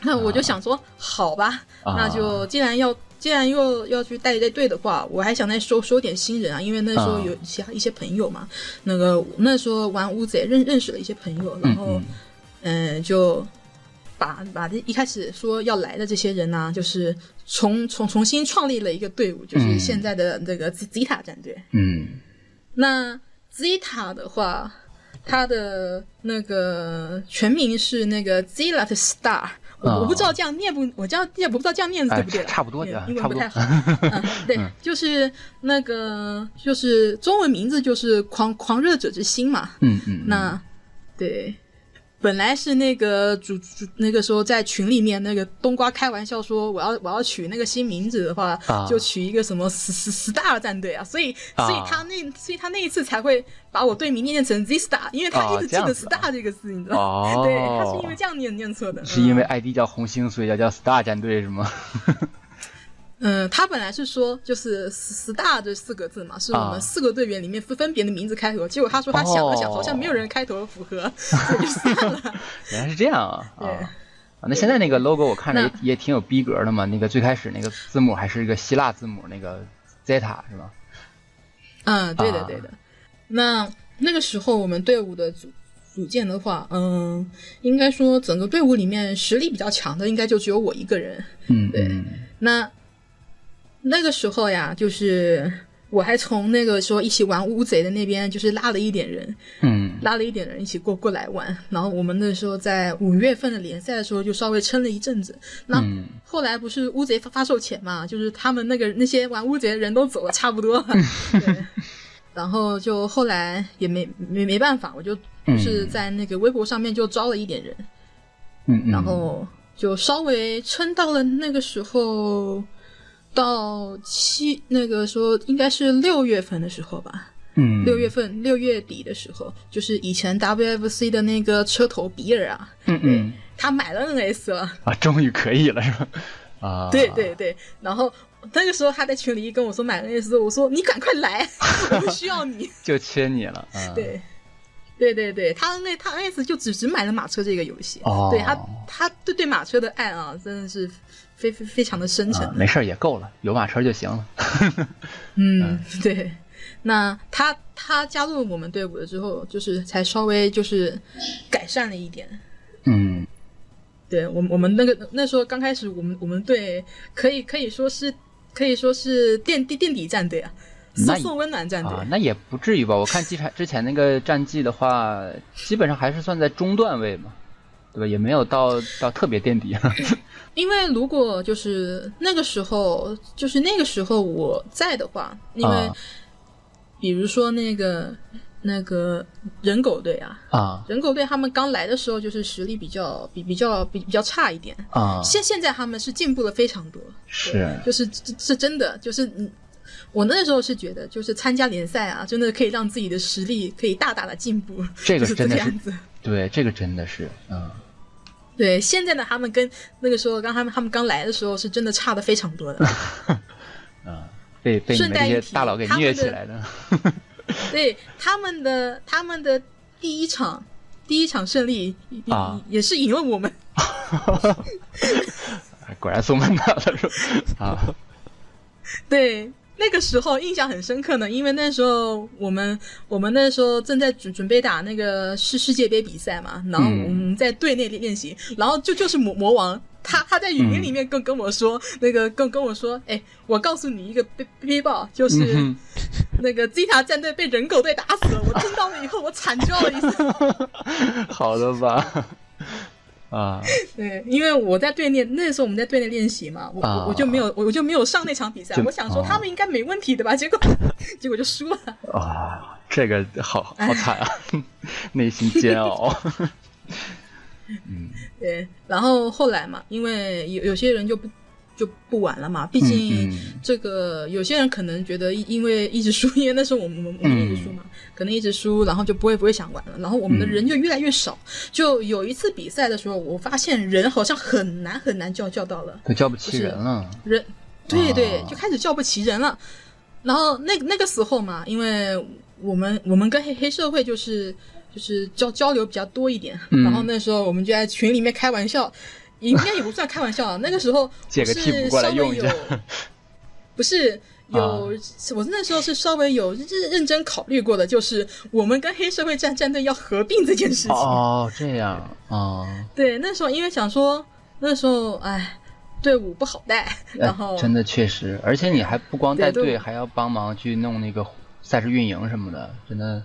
那我就想说，好吧，
啊。
那就既然要既然又要去带带队的话，我还想再收收点新人啊，因为那时候
啊
有其他一些朋友嘛，那个那时候玩乌贼认认识了一些朋友，然
嗯
后
嗯
嗯、呃就把把这一开始说要来的这些人呢、就是重重重新创立了一个队伍，就是
嗯
现在的这个 Z 塔战队。
嗯
那 Zeta 的话，它的那个全名是那个 Zilla t Star，我、
啊
我不知道这样念不，我这样念我不知道这样念对不对
哎
了、
差差不多啊
英
差不
文不
多
太好。嗯，对，就是那个就是中文名字就是狂狂热者之心嘛。
嗯嗯，
那对。本来是那个主主那个时候在群里面那个冬瓜开玩笑说我要我要取那个新名字的话，
啊
就取一个什么十十十大战队啊，所以
啊
所以他那所以他那一次才会把我队名念成 Z Star，因为他
哦
一直记
这样
得
子
Star 这个字，你知道吗？
哦，
对，他是因为这样念念错的，
是因为
嗯
ID 叫红星，所以要叫 Star 战队是吗？
嗯，他本来是说就是 Star 这四个字嘛，是我
啊
们四个队员里面分分别的名字开头，结果他说他想了想，
哦
好像没有人开头符 合，所以就算了。
原来是这样啊啊
对
啊！那现在那个 logo 我看着也
那
也挺有逼格的嘛，那个最开始那个字母还是一个希腊字母，那个 Zeta 是吧？
嗯，对的
啊，
对的。那那个时候我们队伍的组组建的话，嗯，应该说整个队伍里面实力比较强的，应该就只有我一个人。
嗯，
对
嗯
那那个时候呀，就是我还从那个说一起玩乌贼的那边，就是拉了一点人，
嗯
拉了一点人一起过过来玩。然后我们那时候在五月份的联赛的时候，就稍微撑了一阵子。那
嗯
后来不是乌贼发发售前嘛，就是他们那个那些玩乌贼的人都走了差不多 了，对。然后就后来也没没没办法，我就
嗯
就是在那个微博上面就招了一点人，
嗯，嗯
然后就稍微撑到了那个时候，到七那个说应该是六月份的时候吧，
嗯
六月份六月底的时候，就是以前 WFC 的那个车头比尔啊，
嗯嗯
他买了 NS 了，
啊，终于可以了是吧？啊，
对对对，然后那个时候他在群里一跟我说买 NS，我说你赶快 来，我需要你。
就缺你了，啊
对，对对对，他那他 NS 就只只买了马车这个游戏，
哦
对他他对对马车的爱啊，真的是非非非常的深沉
啊，。没事儿也够了，有马车就行了。
嗯，对。那他他加入我们队伍了之后，就是才稍微就是改善了一点。
嗯
对我们我们那个那时候刚开始，我们我们队可以可以说是可以说是垫底垫底战队啊，
那
送
也
送温暖战队。
啊，那也不至于吧？我看之前之前那个战绩的话，基本上还是算在中段位嘛，对吧？也没有到到特别垫底。啊
因为如果就是那个时候，就是那个时候我在的话，因为
啊
比如说那个那个人狗队啊，
啊
人狗队他们刚来的时候就是实力比较比比较比比较差一点，
啊，
现现在他们是进步了非常多，
是
就是这是真的，就是嗯，我那时候是觉得，就是参加联赛啊，真的可以让自己的实力可以大大的进步，
这个
就是
真的
这
是
样子。
对，这个真的是， 嗯
对，现在的他们跟那个时候刚他们他们刚来的时候是真的差的非常多 的。
嗯，被被你
顺
们
带
这
一
些
提
大佬给
他们
虐起
的
来的。
对他们的他们的第一场第一场胜利也、
啊
也是赢了我们，
果然送曼达了是吧？啊，
对。那个时候印象很深刻呢，因为那时候我们我们那时候正在准准备打那个世世界杯比赛嘛，然后
嗯
我们在队内练练习，然后就就是魔魔王，他他在语音里面跟跟我说、那个跟跟我说，哎，我告诉你一个背背报，就是
嗯
那个 Zeta 战队被人狗队打死了，我听到了以后我惨叫了一声，
哼，好的吧？啊，
对，因为我在队内那时候我们在队内练习嘛，我、
啊
我我就没有我我就没有上那场比赛
就，
我想说
哦
他们应该没问题的吧，结果结果就输了。
啊，这个好
哎
好惨啊， 内心煎熬。
对，然后后来嘛，因为有有些人就不就 不玩了嘛，毕竟
嗯
这个有些人可能觉得一因为一直输，因为那时候我们我们我们一直输嘛，
嗯
可能一直输，然后就不会不会想玩了，然后我们的人就越来越少。就有一次比赛的时候，我发现人好像很难很难叫叫到了。
都叫不齐人了。
人，对对，
啊
就开始叫不齐人了。然后那那个时候嘛，因为我们我们跟黑黑社会就是就是交交流比较多一点，
嗯
然后那时候我们就在群里面开玩笑，应该也不算开玩笑啊。那个时候
借个
我是
替补过来
稍微
用一下
有，不是。有，
啊
我那时候是稍微有认认真考虑过的，就是我们跟黑社会战战队要合并这件事情。
哦，这样哦，
对，那时候因为想说，那时候哎，队伍不好带，然后、
哎真的确实，而且你还不光
哦对
带
都
队，还要帮忙去弄那个赛事运营什么的，真的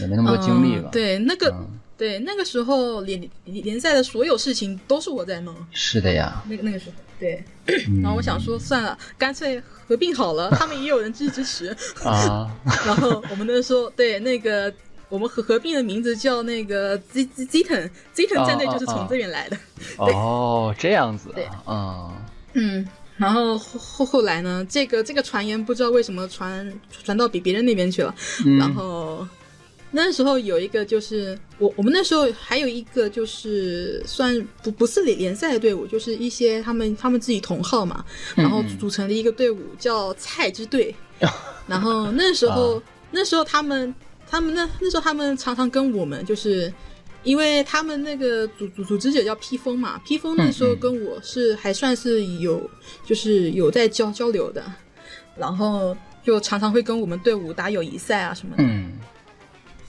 也没那么多精力吧？
嗯对，那个、
嗯
对那个时候联联联赛的所有事情都是我在弄，
是的呀。
那个那个时候对。
嗯
然后我想说，算了，干脆合并好了，他们也有人支持支持。
啊，
然后我们那时候对那个我们合合并的名字叫那个 Z Z Zton Zton 战队，就是从这边来的。
哦，这样子
对
啊，嗯，
嗯，然后后后后来呢，这个这个传言不知道为什么传传到比别人那边去了。
嗯
然后那时候有一个就是我我们那时候还有一个就是算不不是联联赛的队伍，就是一些他们他们自己同号嘛，然后
嗯
组成了一个队伍叫菜 之队，然后那时候、
啊
那时候他们他们那那时候他们常常跟我们就是。因为他们那个组组组织者叫披风嘛，披风那时
嗯
候
嗯
跟我是还算是有，就是有在交交流的，然后就常常会跟我们队伍打友谊赛啊什么的。
嗯，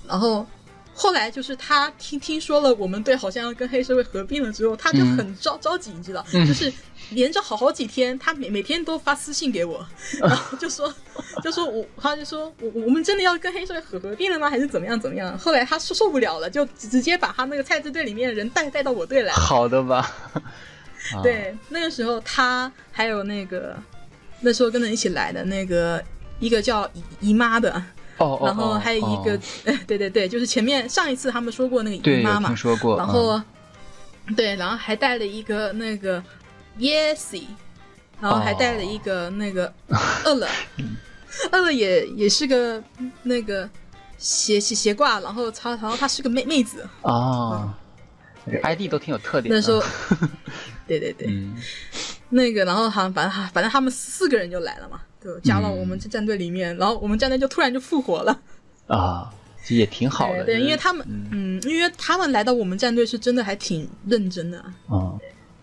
然后后来就是他听听说了我们队好像要跟黑社会合并了之后，他就很着、着急，你知道，
嗯
就是连着好好几天，他每每天都发私信给我，然后就说就说我他就说我我们真的要跟黑社会合合并了吗？还是怎么样怎么样？后来他受受不了了，就直直接把他那个菜鸡队里面的人带带到我队来。
好的 吧？啊，
对，那个时候他还有那个那时候跟着一起来的那个一个叫姨姨妈的，
哦，哦
然后还有一个
哦、，
哎 对对对，就是前面上一次他们说过那个
对，
姨
有
妈
听
嘛，
说过，嗯
然后、对，然后还带了一个那个 Yesi，然后还带了一个那个
哦
饿了，饿了也也是个那个斜斜斜挂，然后她然后她是个妹妹子，
嗯、哦。这个 ID 都挺有特点的。
嗯那时候，对对 对，
嗯，
那个，然后好像反正反正他们四个人就来了嘛，就加到我们这战队里面，然后我们战队就突然就复活了。
啊，其实也挺好的。
对，对
就是
因为他们，嗯，因为他们来到我们战队是真的还挺认真的啊，
嗯，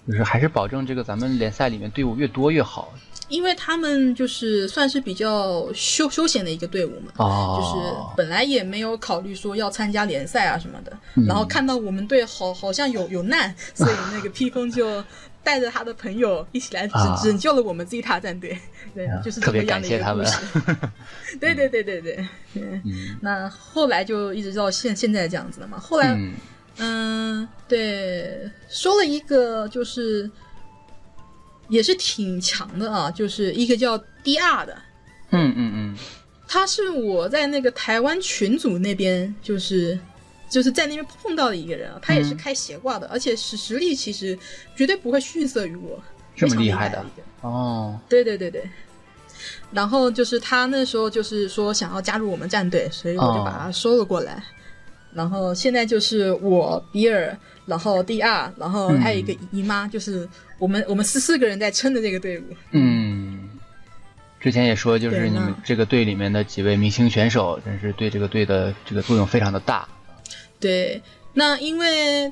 就是还是保证这个咱们联赛里面队伍越多越好。
因为他们就是算是比较休休闲的一个队伍嘛，就是
哦，
本来也没有考虑说要参加联赛啊什么的，
嗯
然后看到我们队好好像有有 难，所以那个披风就。带着他的朋友一起来拯
啊
拯救了我们 Z 塔战队，对
呀，
就是
特
这
别
么样的一个
感
故
谢
事。 对对对对对，
嗯
那后来就一直到现现在这样子的嘛。后来
嗯
嗯，对，说了一个就是也是挺强的啊，就是一个叫 DR 的，
嗯嗯
他是我在那个台湾群组那边就是。就是在那边碰到的一个人啊，他
嗯
也是开斜挂的，而且实实力其实绝对不会逊色于我，
这么
非常
厉
厉
害的
的一个人。
嗯，哦，
对对对对。然后就是他那时候就是说想要加入我们战队，所以我就把
哦
他收了过来。然后现在就是我比尔，然后第二，然后还有一个姨妈，就是我们我们四四个人在撑的这个队伍。
嗯。之前也说，就是
对
你们
那
这个队里面的几位明星选手，真是对这个队的这个作用非常的大。
对，那因为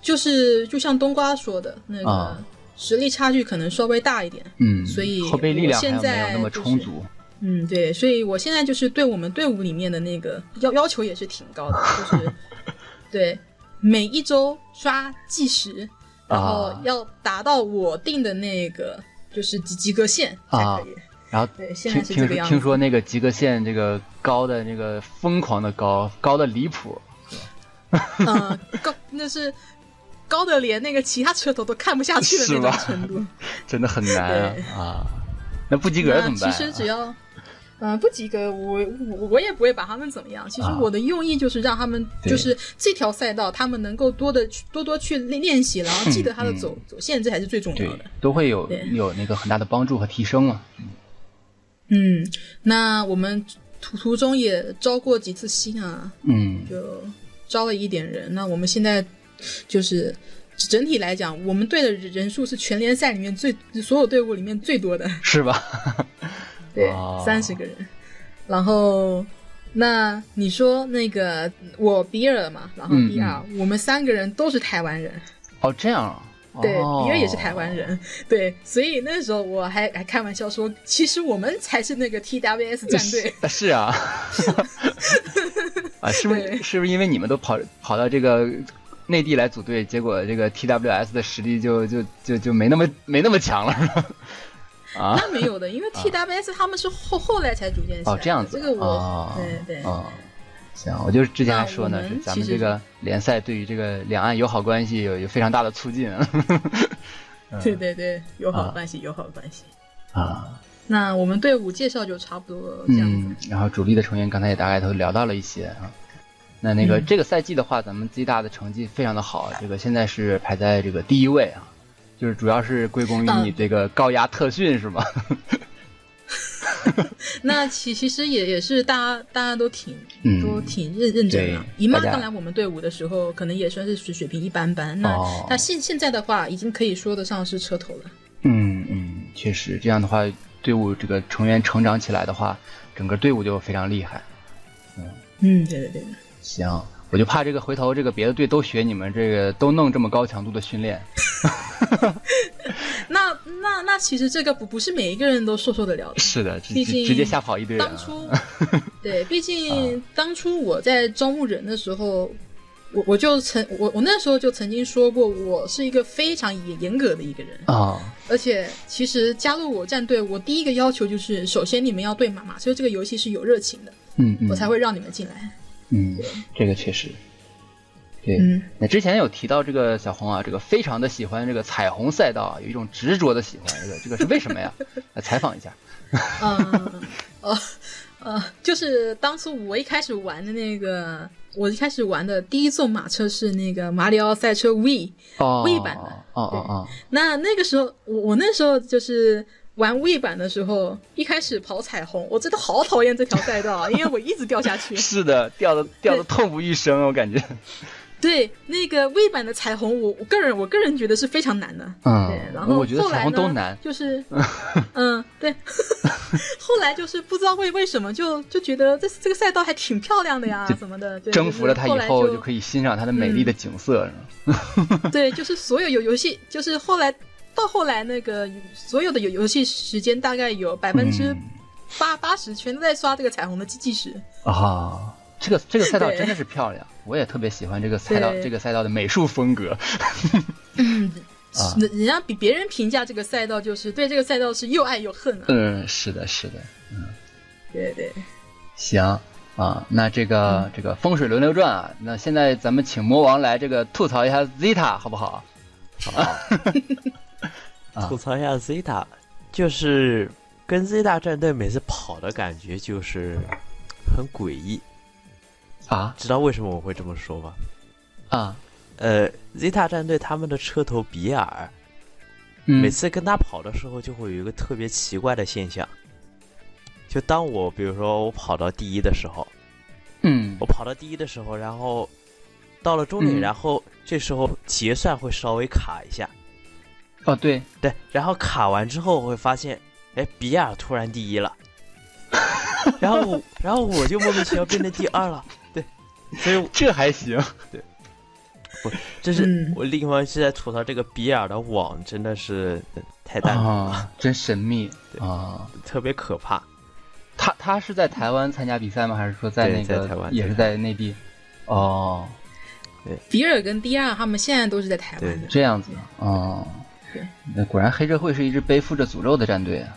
就是就像冬瓜说的那个、
啊
实力差距可能稍微大一点。
嗯，
所以
后备力量还
我现在
没有那么充足。
嗯，对，所以我现在就是对我们队伍里面的那个要要求也是挺高的，就是 对每一周抓计时，然后
啊
要达到我定的那个就是及及格线才
啊
可以。
然后
对，现
听
在是这
听
个
说
样
听
子。
说那个及格线这个高的那个疯狂的高，高的离谱。
嗯，高那是高的连那个其他车头都看不下去的那
是
种
吧
程度。
真的很难
对
啊！那不及格
那
怎么办、啊？
其实只要。嗯，不及格，我我我也不会把他们怎么样。其实
啊
我的用意就是让他们，
对
就是这条赛道，他们能够多的去多多去练练习，然后记得他的走、走线，这才是最重
嗯
要
对
的。，
都会有
对
有那个很大的帮助和提升嘛。
嗯，那我们途途中也招过几次新啊，
嗯
就招了一点人。那我们现在就是整体来讲，我们队的人人数是全联赛里面最所有队伍里面最多的。
是吧？
对
哦，
三十、个人。然后，那你说那个我比尔嘛，然后
嗯
比尔，我们三个人都是台湾人，
哦，这样啊。
对，
哦
比尔也是台湾人，对，所以那时候我还还开玩笑说，其实我们才是那个 TWS 战队。
是是啊， 啊，是不是
对
是不是因为你们都跑跑到这个内地来组队，结果这个 TWS 的实力就就就就没那么没那么强了，是吧？啊，
那没有的，因为 TWS 他们是后后来才组建起来的。
哦，这样子，
这个我
哦，
对对，
哦，行，我就是之前还说呢，
那我
是
们
咱
其
们
实
这个联赛对于这个两岸友好关系有有非常大的促进
对对对，友好
啊
关系，友好关系。
啊，
那我们队伍介绍就差不多这样子。
嗯，然后主力的成员刚才也大概都聊到了一些啊。那那个、
嗯
这个赛季的话，咱们 Z 大的成绩非常的好，这个现在是排在这个第一位啊，就是主要是归功于
嗯
你这个高压特训 是吗？
那其其实也也是大家大家都挺、
嗯
都挺认认真
对。
的姨妈
大家
刚来我们队伍的时候，可能也算是水水平一般般。那、
哦
那现现在的话，已经可以说得上是车头了。
嗯嗯，确实这样的话，队伍这个成员成长起来的话，整个队伍就非常厉害。
嗯，对对对。
行，我就怕这个回头这个别的队都学你们这个都弄这么高强度的训练。
那那那其实这个不不是每一个人都受受得了的。
是的，直
毕
直
竟
直接吓跑一堆人啊。
当初，对，毕竟当初我在招募人的时候，我我就曾我我那时候就曾经说过，我是一个非常严严格的一个人，
啊，
而且其实加入我战队，我第一个要求就是，首先你们要对马马车这个游戏是有热情的，
嗯嗯，
我才会让你们进来。
嗯，这个确实。对，
嗯，
那之前有提到这个小红啊，这个非常的喜欢这个彩虹赛道啊，有一种执着的喜欢，这个这个是为什么呀？ 来采访一下。
嗯，呃 呃，就是当初我一开始玩的那个，我一开始玩的第一座马车是那个马里奥赛车 V。
哦，
微版的
哦哦
那那个时候，我我那时候就是玩 V 版的时候，一开始跑彩虹，我真的好讨厌这条赛道啊，因为我一直掉下去
哦，。是的，掉的掉的痛不欲生，啊我 感觉。
对，那个 V 版的彩虹，我我个人我个人觉得是非常难的。
嗯
对，然，后
我觉得
后
彩
来
虹
呢，
都难。
就是，嗯，对。 后来就是不知道为为什么就就觉得这这个赛道还挺漂亮的呀
就，
什么的。对
征服了它以后，
就嗯
就可以欣赏它的美丽的景色，是吗？
以。对，就是所有有游戏，就是后来到后来那个所有的游游戏时间大概有百分之
嗯
八八十全都在刷这个彩虹的计计时。
啊，这个这个赛道
对
真的是漂亮，我也特别喜欢这个赛道，
对
这个赛道的美术风格。啊
人人家比别人评价这个赛道，就是对这个赛道是又爱又恨啊。
嗯，是的，是的，
对对，
行啊，那这个、这个风水轮流转啊，那现在咱们请魔王来这个吐槽一下 Zeta 好不好？啊
吐槽一下 Zeta，就是跟 Zeta 战队每次跑的感觉就是 很诡异，
啊
知道为什么我会这么说吗？
啊，
呃，Zeta 战队他们的车头比尔，每
嗯
次跟他跑的时候，就会有一个特别奇怪的现象。就当我比如说我跑到第一的时候，
嗯
我跑到第一的时候，然后到了终点，
嗯
然后这时候结算会稍微卡一下，
哦对，
对，然后卡完之后我会发现，哎，比尔突然第一了， 然后我然后我就莫名其妙变成第二了，对，所以
这还行，
这是
嗯
我另外是在吐槽这个比尔的网真的是太蛋疼了，
啊，真神秘
对
啊。
特别可怕。
他他是在台湾参加比赛吗？还是说在
对
那个
在台湾
也是在内地？哦，
比尔跟迪亚他们现在都是在台
对
湾的。
这样子哦
对。
那果然黑社会是一支背负着诅咒的战队 啊，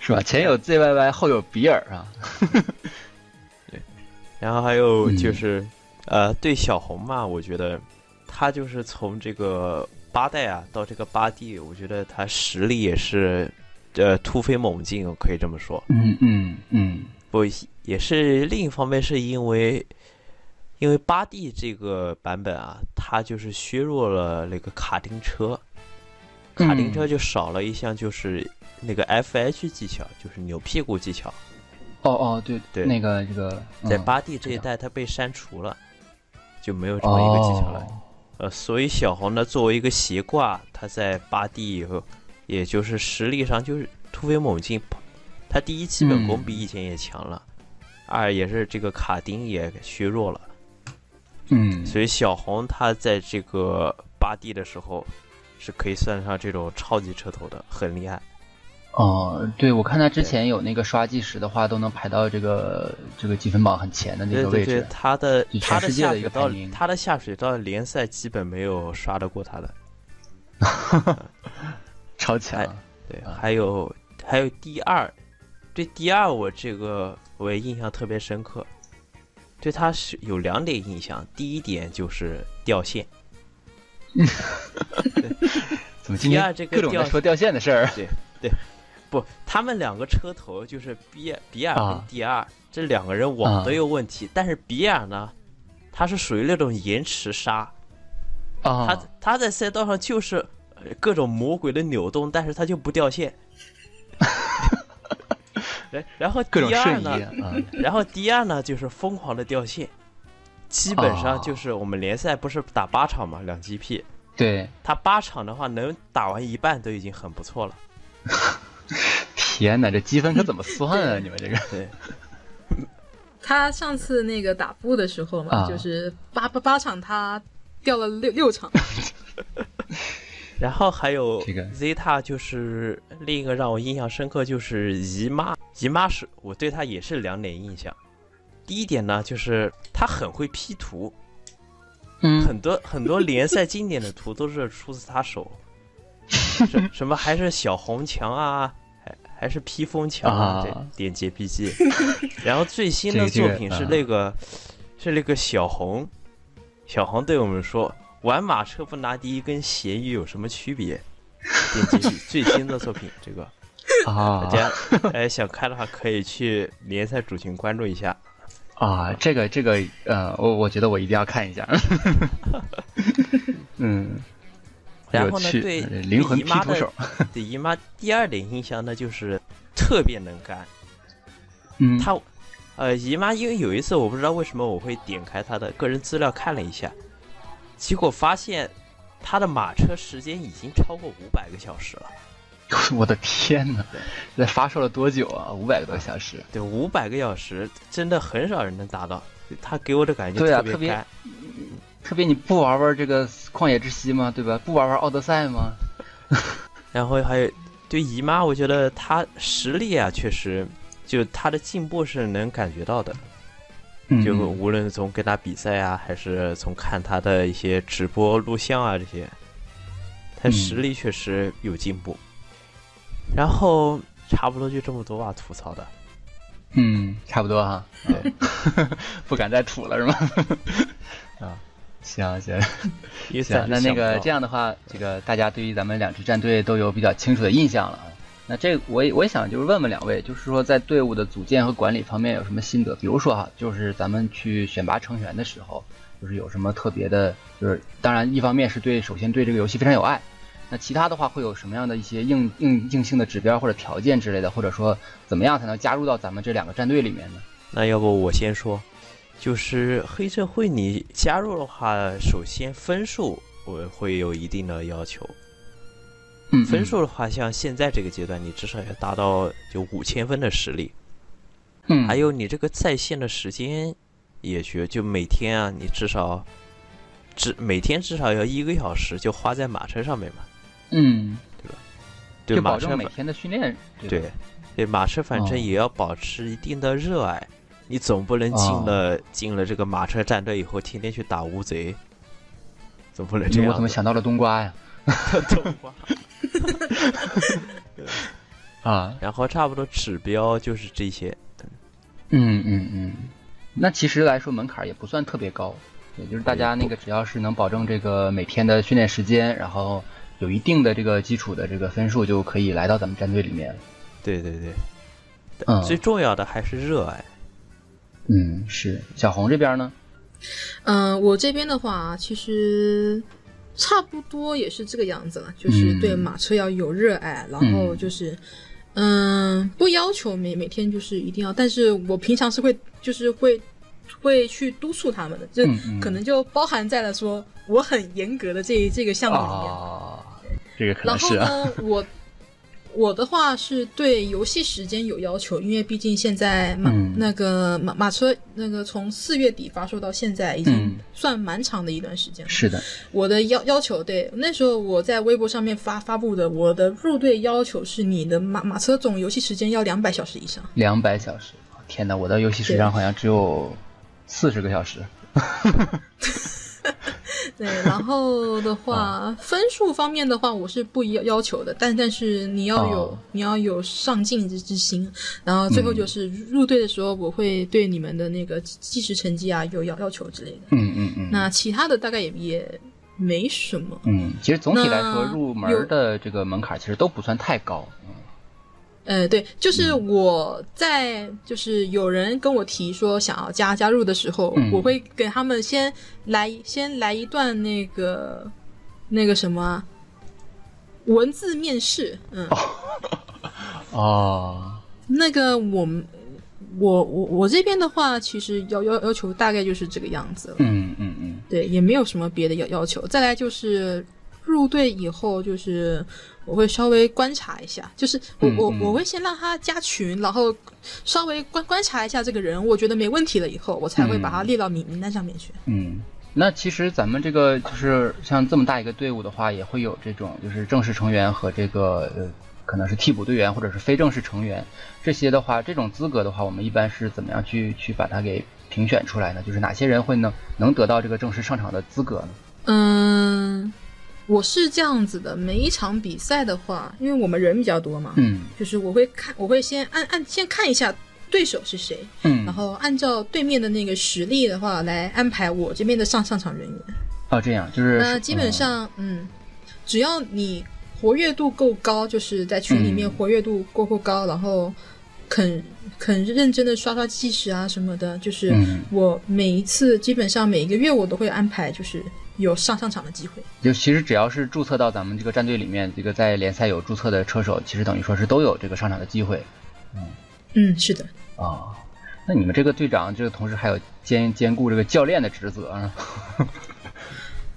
是吧？前有 ZYY，后有比尔啊。
然后还有
嗯
就是，呃，对小红嘛，我觉得她就是从这个八代啊到这个八弟，我觉得她实力也是呃突飞猛进，可以这么说。
嗯嗯嗯
不也是另一方面是因为。因为八弟这个版本啊，它就是削弱了那个卡丁车，卡
嗯
丁车就少了一项，就是那个 FH 技巧，就是扭屁股技巧。
哦哦，对
对
那个这个
在
嗯
巴蒂这一代它被删除了，就没有这么一个技巧了。
哦
呃，所以小红呢，作为一个斜挂，她在巴蒂以后也就是实力上就是突飞猛进。他第一基本
嗯
功比以前也强了，二也是这个卡丁也削弱了，
嗯，
所以小红他在这个八 D 的时候是可以算上这种超级车头的，很厉害。
哦，对，我看他之前有那个刷计时的话，都能排到这个这个积分榜很前的那
对
个
对
位
对
置，。
他的
就全
他的
世界的
下
一个
水道
排名
他的下水道联赛基本没有刷得过他的。
超强。
哎对，
啊
还有还有第二，对第二我这个我也印象特别深刻，对他是有两点印象，第一点就是掉线，
怎么今
第二
天
这个
各种
掉
在说掉线的事儿？
不，他们两个车头就是比尔比尔
啊
跟第二、这两个人网都有问题，但是比尔呢，他是属于那种延迟杀，
啊
他他在赛道上就是呃各种魔鬼的扭动，但是他就不掉线。 然然后
各种
第二
瞬移
呢，
啊，
然后第二呢就是疯狂的掉线，基本
啊
上就是我们联赛不是打八场嘛，两 GP，
对，
他八场的话能打完一半都已经很不错了。
天哪，这积分可怎么算啊？你们 这个
他上次那个打布的时候嘛，
啊
就是八八八场他掉了六 六场，
然后还有
这个
Zeta 就是另一个让我印象深刻就是姨妈，姨妈是我对她也是两点印象。第一点呢，就是她很会 P 图，
嗯，
很多很多联赛经典的图都是出自他 手，什什么还是小红墙啊，还还是披风墙
啊
这 点 JPG。然后最新的
这个
作
这个
品是
啊
那个是那个小红，小红对我们说，玩马车不拿第一跟咸鱼有什么区别？点 JPG 最新的作品这个，大
啊
家哎想看的话可以去联赛主群关注一下。
啊，这个这个呃，我我觉得我一定要看一 下。 嗯，
然后呢，
有趣
对
呃灵魂
对姨
劈
妈
徒
的
手，
对姨妈第二点印象呢，就是特别能干。
嗯，
她，呃，姨妈因为有一次我不知道为什么我会点开她的个人资料看了一下，结果发现她的马车时间已经超过五百个小时了。
我的天哪，这发售了多久啊？五百个多小时。
对，五百个小时真的很少人能达到。她给我的感觉
对啊
特
特别
别干，
特别你不玩玩这个《旷野之息》吗？对吧？不玩玩《奥德赛》吗？
然后还有对姨妈，我觉得她实力啊，确实就她的进步是能感觉到的。就
嗯
无论从跟他比赛啊，还是从看他的一些直播录像啊这些，他
嗯
实力确实有进步。然后差不多就这么多吧，啊吐槽的。
嗯，差不多哈。对， 不敢再吐了是吗？ 啊，行行
因为
行，那那个这
样，
样的话，这个大家对于咱们两支战队都有比较清楚的印象了啊。那这个我也我也想就是问问两位，就是说在队伍的组建和管理方面有什么心得？比如说哈，就是咱们去选拔成员的时候，就是有什么特别的，就是当然一方面是对首先对这个游戏非常有爱，那其他的话会有什么样的一些硬硬硬性的指标或者条件之类的，或者说怎么样才能加入到咱们这两个战队里面呢？
那要不我先说，就是黑社会你加入的话，首先分数我会有一定的要求。
嗯，
分数的话，像现在这个阶段，你至少要达到就五千分的实力。
嗯，
还有你这个在线的时间也学，就每天啊，你至少至每天至少要一个小时就花在马车上面嘛，
嗯，
对
就
马
保
车
证每
反
天的训练对吧
对对马车反
哦
正也要保持一定的热爱，你总不能进
哦
了、进了这个马车战队以后天天去打乌贼，总不能这
嗯
样。
我怎么想到了冬瓜呀？
动 画？
啊，
然后差不多指标就是这些，
嗯嗯嗯，那其实来说门槛儿也不算特别高，也就是大家那个只要是能保证这个每天的训练时间，然后有一定的这个基础的这个分数，就可以来到咱们战队里面了。
对对对，
嗯
最重要的还是热爱。
嗯，是小红这边呢，
嗯、我这边的话，其实差不多也是这个样子了，就是
嗯
对马车要有热爱，然后就是，嗯、不要求每每天就是一定要，但是我平常是会就是会会去督促他们的，就
嗯嗯
可能就包含在了说我很严格的这这个项目里面。
嗯啊，这个可
然
能
后
是啊，
呢，我我的话是对游戏时间有要求，因为毕竟现在马、
嗯
那个马马车那个从四月底发售到现在，已经
嗯
算蛮长的一段时间了。
是的，
我的要要求，对那时候我在微博上面发发布的，我的入队要求是你的马马车总游戏时间要两百小时以上。
两百小时。天哪，我的游戏时长好像只有四十个小时。
对，然后的
啊
话，分数方面的话，我是不要要求的，但但是你要有、
哦
你要有上进之之心。然后最后就是入队的时候，我会对你们的那个计时成绩啊有要要求之类的。
嗯嗯嗯。
那其他的大概也也没什么。
嗯，其实总体来说，
那
入
有
门的这个门槛其实都不算太高。
呃，对，就是我在就是有人跟我提说想要加加入的时候，
嗯
我会给他们先来先来一段那个那个什么啊文字面试，嗯，
哦，
那个我们我我我这边的话，其实要要要求大概就是这个样子了，
嗯嗯嗯，
对，也没有什么别的要要求。再来就是入队以后，就是我会稍微观察一下，就是我
嗯
我
嗯
我会先让他加群，然后稍微观观察一下这个人，我觉得没问题了以后，我才会把他列到名名单上面去。
嗯，那其实咱们这个就是像这么大一个队伍的话，也会有这种就是正式成员和这个呃可能是替补队员或者是非正式成员这些的话，这种资格的话，我们一般是怎么样去去把它给评选出来呢？就是哪些人会能能得到这个正式上场的资格呢？
嗯，我是这样子的，每一场比赛的话，因为我们人比较多嘛，
嗯
就是我会看，我会先按按先看一下对手是谁，
嗯，
然后按照对面的那个实力的话来安排我这边的上上场人员。
哦这样就是
那呃基本上，嗯，只要你活跃度够高，就是在群里面
嗯
活跃度够够高，然后肯肯认真的刷刷计时啊什么的，就是
嗯
我每一次基本上每一个月我都会安排，就是有上上场的机会。
就其实只要是注册到咱们这个战队里面，这个在联赛有注册的车手，其实等于说是都有这个上场的机会
嗯，是的，
啊、那你们这个队长，这个同时还有兼兼顾这个教练的职责啊。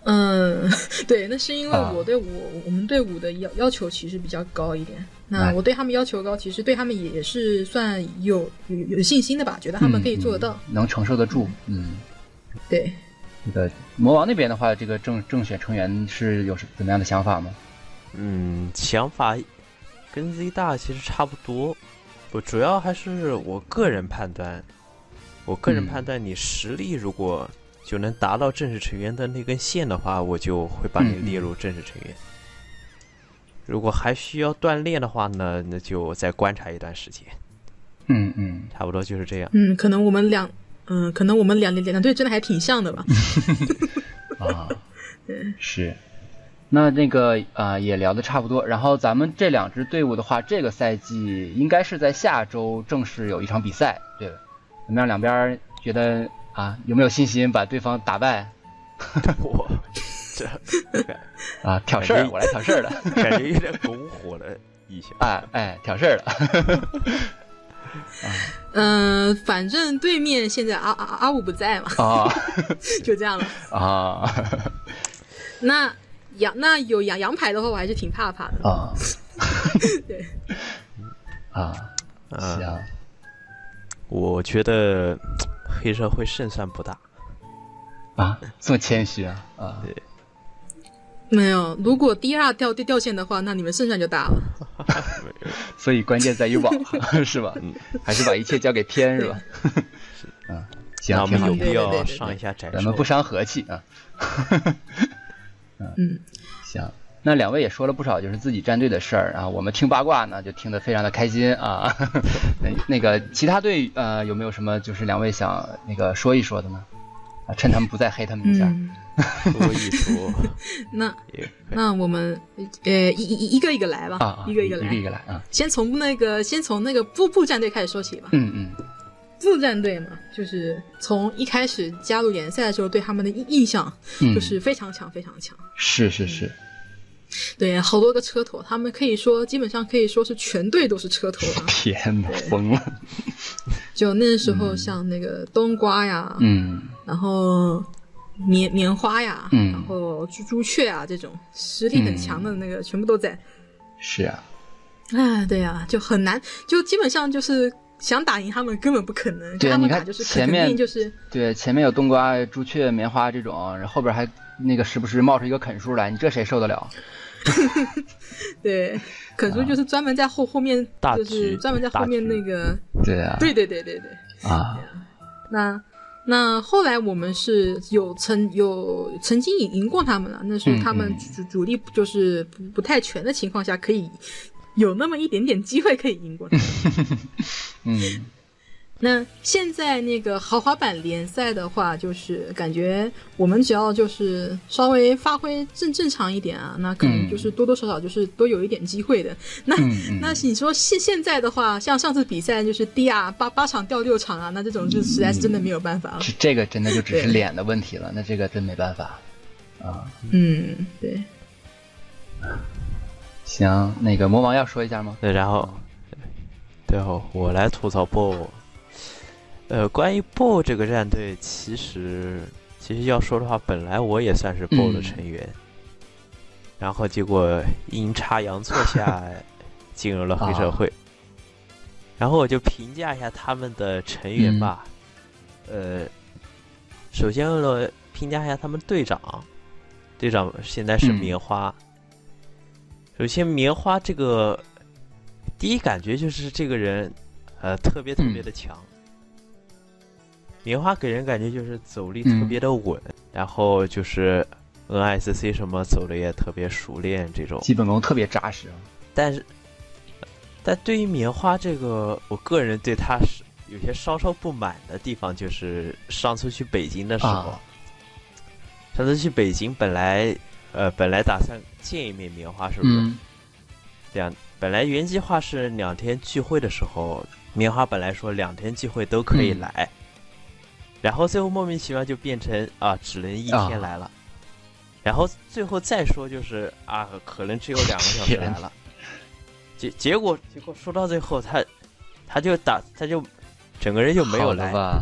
嗯， 对，那是因为
啊
我对我、我们队伍的要要求其实比较高一点。那
哎
我对他们要求高，其实对他们也是算有有有信心的吧，觉得他们可以做得到。
嗯能承受得住。嗯，
对，
这个魔王那边的话，这个正正选成员是有什怎么样的想法吗？
嗯，想法跟 Z 大其实差不多，我主要还是我个人判断，我个人
嗯
判断你实力如果就能达到正式成员的那根线的话，我就会把你
嗯嗯
列入正式成员。如果还需要锻炼的话呢，那就再观察一段时间，
嗯嗯，
差不多就 是这样。
嗯，可能我们两，嗯、可能我们两两队真的还挺像的吧。
啊，是。那那个啊、呃也聊得差不多。然后咱们这两支队伍的话，这个赛季应该是在下周正式有一场比赛，对吧？怎么样？两边儿觉得啊，有没有信心把对方打败？
我这
啊，挑事儿，我来挑事儿了。
感觉有点拱火的意象。
哎哎，挑事儿了。
嗯、反正对面现在阿阿阿阿五不在嘛，
啊
就这样了。
啊
那羊那有羊羊排的话，我还是挺怕怕的。
啊！
对，
啊，
嗯、
行。
我觉得黑社会胜算不大。
啊，这么谦虚啊啊！
没有，如果第二掉掉掉线的话，那你们胜算就大了。
所以关键在于网 是吧？
嗯
还是把一切交给天是吧？ 嗯，行
那我，
挺
们
好
有，
挺好
必
对对
要
对对
上一下展
啊
示。
咱们不伤和气啊。
嗯，
行，那两位也说了不少就是自己战队的事儿啊，我们听八卦呢就听得非常的开心啊。 那那个其他队呃有没有什么就是两位想那个说一说的呢？啊，趁他们不在黑他们一下。
嗯，
说 一说，
那
也可以
那我们呃一一一个一个来吧，
啊啊，
一个一个来。
一个一个来啊。
先从那个先从那个步步战队开始说起吧。
嗯嗯
步战队嘛，就是从一开始加入联赛的时候，对他们的印印象
嗯，
就是非常强，非常强。
是是是，。
对，好多个车头，他们可以说基本上可以说是全队都是车头啊
天哪，疯了。
就那时候像那个冬瓜呀，
嗯
然后棉棉花呀，
嗯
然后朱朱雀啊这种实力很强的那个全部都在。
是啊，
啊，对啊，就很难，就基本上就是想打赢他们根本不可能，
对啊
他们
你看
打就是
前
肯定
面
就是
对，前面有冬瓜、朱雀、棉花这种，然后后边还那个时不时冒出一个啃树来，你这谁受得了？
对，肯
啊
叔就是专门在后后面，
大
就是
局
专门在后
大
面
局
那个，
对啊，
对对对对对，
啊，
那那后来我们是有曾有曾经赢赢过他们了，那是
嗯
他们
嗯
主主力就是不不太全的情况下，可以有那么一点点机会可以赢过他们。
嗯，
那现在那个豪华版联赛的话，就是感觉我们只要就是稍微发挥正正常一点啊，那可能
嗯
就是多多少少就是都有一点机会的。那、
嗯
那你说现现在的话，像上次比赛就是 DR 八八场掉六场啊，那这种就实在是真的没有办法了。
这这个真的就只是
对
脸的问题了，那这个真没办法。
嗯， 对，
行，那个魔王要说一下吗？
对，然后，对哦，我来吐槽 BO。呃，关于 BO 这个战队，其实其实要说的话，本来我也算是 BO 的
嗯
成员，然后结果阴差阳错 下进入了黑
啊
社会。然后我就评价一下他们的成员
嗯
吧。呃，首先为了评价一下他们队长，队长现在是
嗯
棉花。首先，棉花这个第一感觉就是这个人，呃，特别特别的强。棉花给人感觉就是走力特别的稳，然后就是 NICC 什么走的也特别熟练这种。
基本功特别扎实。
啊但是，但对于棉花这个，我个人对他是有些稍稍不满的地方，就是上次去北京的时候，
啊
上次去北京本来呃本来打算见一面棉花，是不是？
嗯
两啊本来原计划是两天聚会的时候，棉花本来说两天聚会都可以来，
嗯
然后最后莫名其妙就变成啊只能一天来
啊
了，然后最后再说就是啊可能只有两个小时来 了，结结果结果说到最后他他就打他就整个人就没有
好了
来，
吧？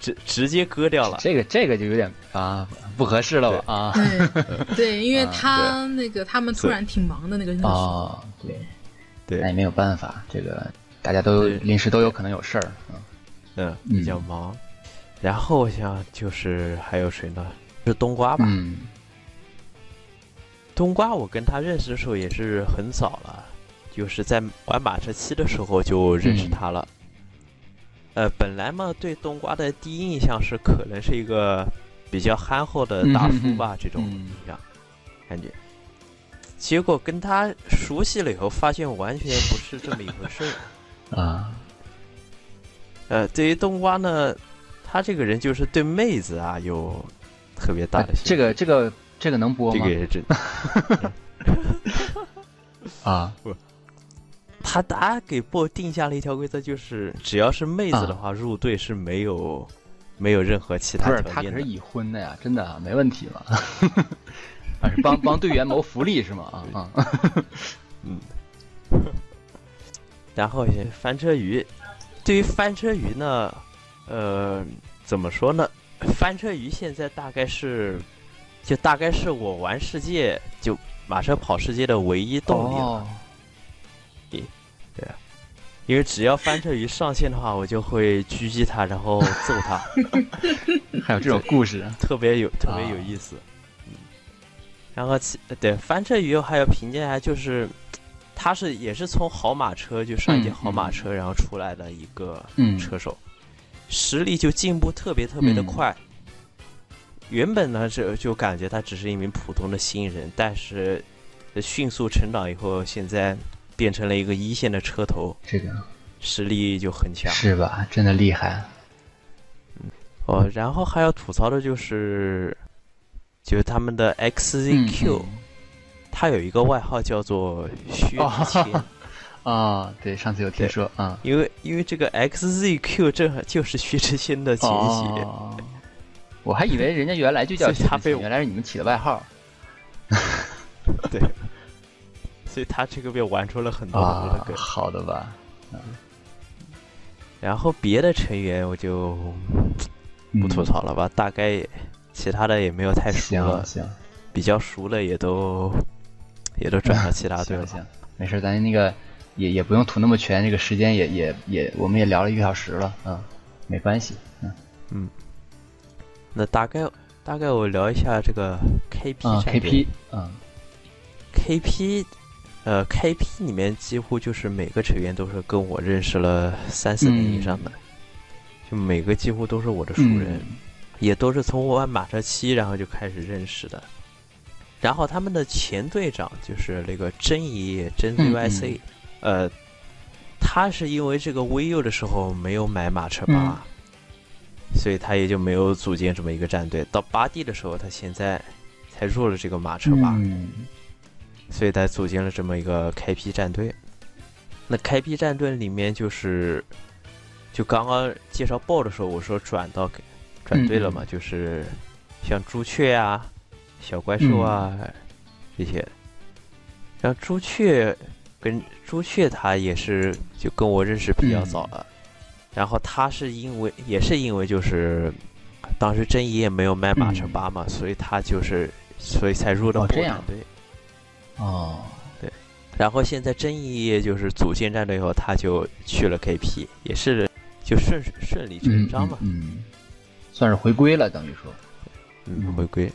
直直接割掉了。
这个这个就有点啊不合适了吧？啊
对对，因为
啊
他那个他们突然挺忙的那个日程，
哦，对
对
那也没有办法，这个大家都
对
临时都有可能有事儿。嗯
嗯，比较忙。然后我想就是还有谁呢？是冬瓜吧？
嗯
冬瓜，我跟他认识的时候也是很早了，就是在玩马车七的时候就认识他了。
嗯
呃，本来嘛，对冬瓜的第一印象是可能是一个比较憨厚的大叔吧，这种
嗯
印象、感觉。结果跟他熟悉了以后，发现完全不是这么一 回事儿。
啊
呃，对于冬瓜呢，他这个人就是对妹子啊有特别大
啊
的兴趣、
这个这个这个能播
这
吗
个？也真
啊
他他给波定下了一条规则，就是只要是妹子的话，入队是没有没有任何其
啊不
他
是，
条
他可
件
是
的。
已婚的呀，真的啊，没问题 吧？啊，是帮帮队员谋福利是吗？啊啊，
然后也翻车鱼，对于翻车鱼呢，呃，怎么说呢？翻车鱼现在大概是，就大概是我玩世界就马车跑世界的唯一动力了。
哦
因为只要翻车鱼上线的话，我就会狙击他，然后揍他，
还有这种故事，
特别有特别有
啊
意思。嗯，然后其对翻车鱼还有评价一下，就是他是也是从好马车就上一届
嗯
好马车，然后出来的一个
嗯
车手，实力就进步特别特别的
嗯
快。原本呢，这就感觉他只是一名普通的新人，但是迅速成长以后，现在变成了一个一线的车头，
这个
实力就很强。
是吧？真的厉害。
哦，然后还要吐槽的就是，就是他们的 XZQ，、
嗯
他有一个外号叫做薛之谦，
啊、对，上次有听说啊，
因为因为这个 XZQ 正就是薛之谦的前妻，
哦我还以为人家原来就叫
所以
徐志
他被
贤原来是你们起的外号
所以他这个被玩出了很多很多
啊
的梗。
好的吧？
然后别的成员我就不吐槽了吧，大概其他的也没有太
嗯。
熟
行
了，
行
比较熟了也都也都转到其他队
行
了。
行，没事，咱那个也也不用吐那么全，这个时间也也也，我们也聊了一个小时了，嗯，没关系，嗯
那大概大概我聊一下这个 KP
嗯
战队
，KP，嗯
KP，呃，KP 里面几乎就是每个成员都是跟我认识了三四年以上的，就每个几乎都是我的熟人，
嗯
也都是从玩马车七然后就开始认识的。然后他们的前队长就是那个真爷爷真
嗯
ZYC，、呃，他是因为这个 VU 的时候没有买马车八、
嗯
所以他也就没有组建这么一个战队。到八 D 的时候，他现在才入了这个马车八、
嗯
所以才组建了这么一个开辟战队。那开辟战队里面就是，就刚刚介绍豹的时候，我说转到给转队
嗯
了嘛，就是像朱雀啊、小怪兽啊、
嗯
这些。像朱雀跟朱雀，他也是就跟我认识比较早
嗯
了。然后他是因为也是因为就是当时真爷也没有卖马车八嘛，所以他就是所以才入
嗯
到
哦
豹
这
战
样
队。
哦，
然后现在真一就是组建战队以后，他就去了 KP，也是就顺顺理成
嗯
章嘛，
嗯，嗯算是回归了，等于说，
嗯
嗯
回归。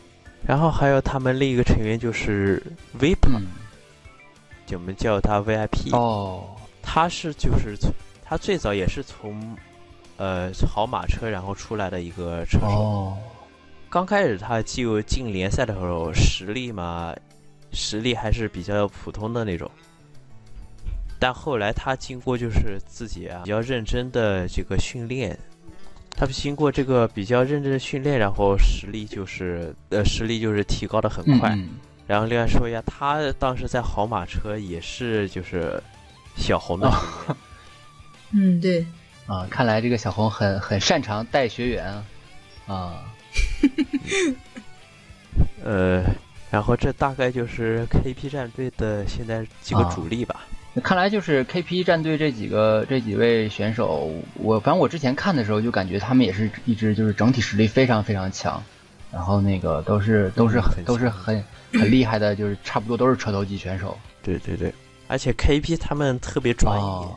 然后还有他们另一个成员就是 VIP，、
嗯，
就我们叫他 VIP，、
哦，
他是就是从他最早也是从呃好马车然后出来的一个车手，
哦，
刚开始他就进联赛的时候实力嘛，实力还是比较普通的那种。但后来他经过就是自己啊比较认真的这个训练，他经过这个比较认真的训练，然后实力就是呃实力就是提高的很快。
嗯嗯
然后另外说一下，他当时在好马车也是就是小红的
哦
成员，
嗯，对，
啊，看来这个小红很很擅长带学员啊，啊，
呃，然后这大概就是 KP 战队的现在几个
啊
主力吧。
那看来就是 KP 战队这几个这几位选手，我反正我之前看的时候就感觉他们也是一支就是整体实力非常非常强，然后那个都是都是很
嗯很
都是
强
很很厉害的，就是差不多都是车头级选手。
对对对，而且 KP 他们特别专业，
哦，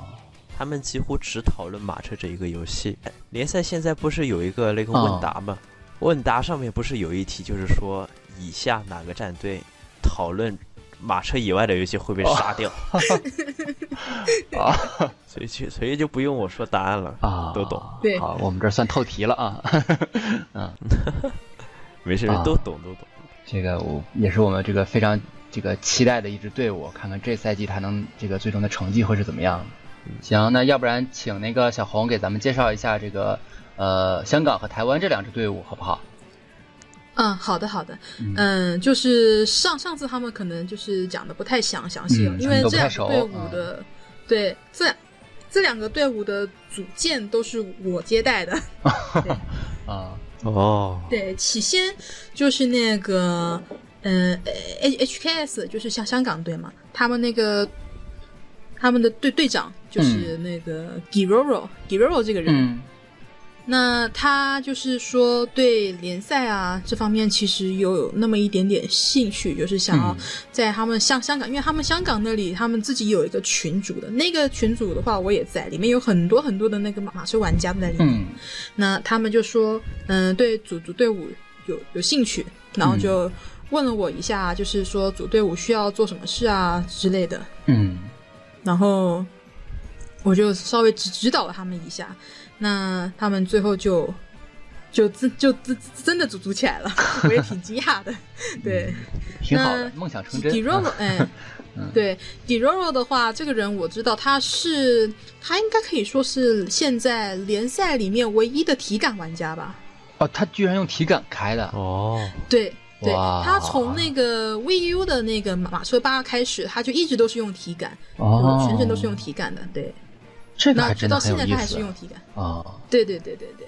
他们几乎只讨论马车这一个游戏。联赛现在不是有一个那个
哦
问答吗？问答上面不是有一题，就是说以下哪个战队讨论马车以外的游戏会被杀掉？
啊
所以就所以就不用我说答案了，
啊，
都懂。
对
好，我们这儿算透题了啊。
没事，
啊
都懂都懂。
这个我也是我们这个非常这个期待的一支队伍，看看这赛季他能这个最终的成绩会是怎么样。行，那要不然请那个小红给咱们介绍一下这个呃香港和台湾这两支队伍好不好？
嗯，好的好的，
嗯
嗯，就是上上次他们可能就是讲的不太详详细哦，
嗯
因为
都不
这
太
两
熟嗯
个队伍的，对这两这两个队伍的组建都是我接待的。
啊，
哦，
对，起先就是那个，嗯、呃、，H HKS 就是像香港队嘛，他们那个他们的队队长就是那个 Giroro、Giroro 这个人，
嗯
那他就是说对联赛啊这方面其实有有那么一点点兴趣，就是想要
嗯
在他们像香港，因为他们香港那里他们自己有一个群组的，那个群组的话我也在，里面有很多很多的那个马马车玩家都在里面。
嗯
那他们就说，嗯、对组组队伍有有兴趣，然后就问了我一下，就是说组队伍需要做什么事啊之类的，
嗯
然后我就稍微指指导了他们一下，那他们最后就就真就真真的组组起来了，我也挺惊讶的，对。
挺好的，
那
梦想 成真。
d i r o r o
啊
哎，对 d i r o r o 的话，这个人我知道他是他应该可以说是现在联赛里面唯一的体感玩家吧。
哦，他居然用体感开的，
哦，
对对，
哇
他从那个 VU 的那个马马车八开始，他就一直都是用体感，
哦，
全程都是用体感的。对，
这个
那
还
直
真
到
的很
现
有
在
意
他还是
思
用体感。
啊，
对对对对对，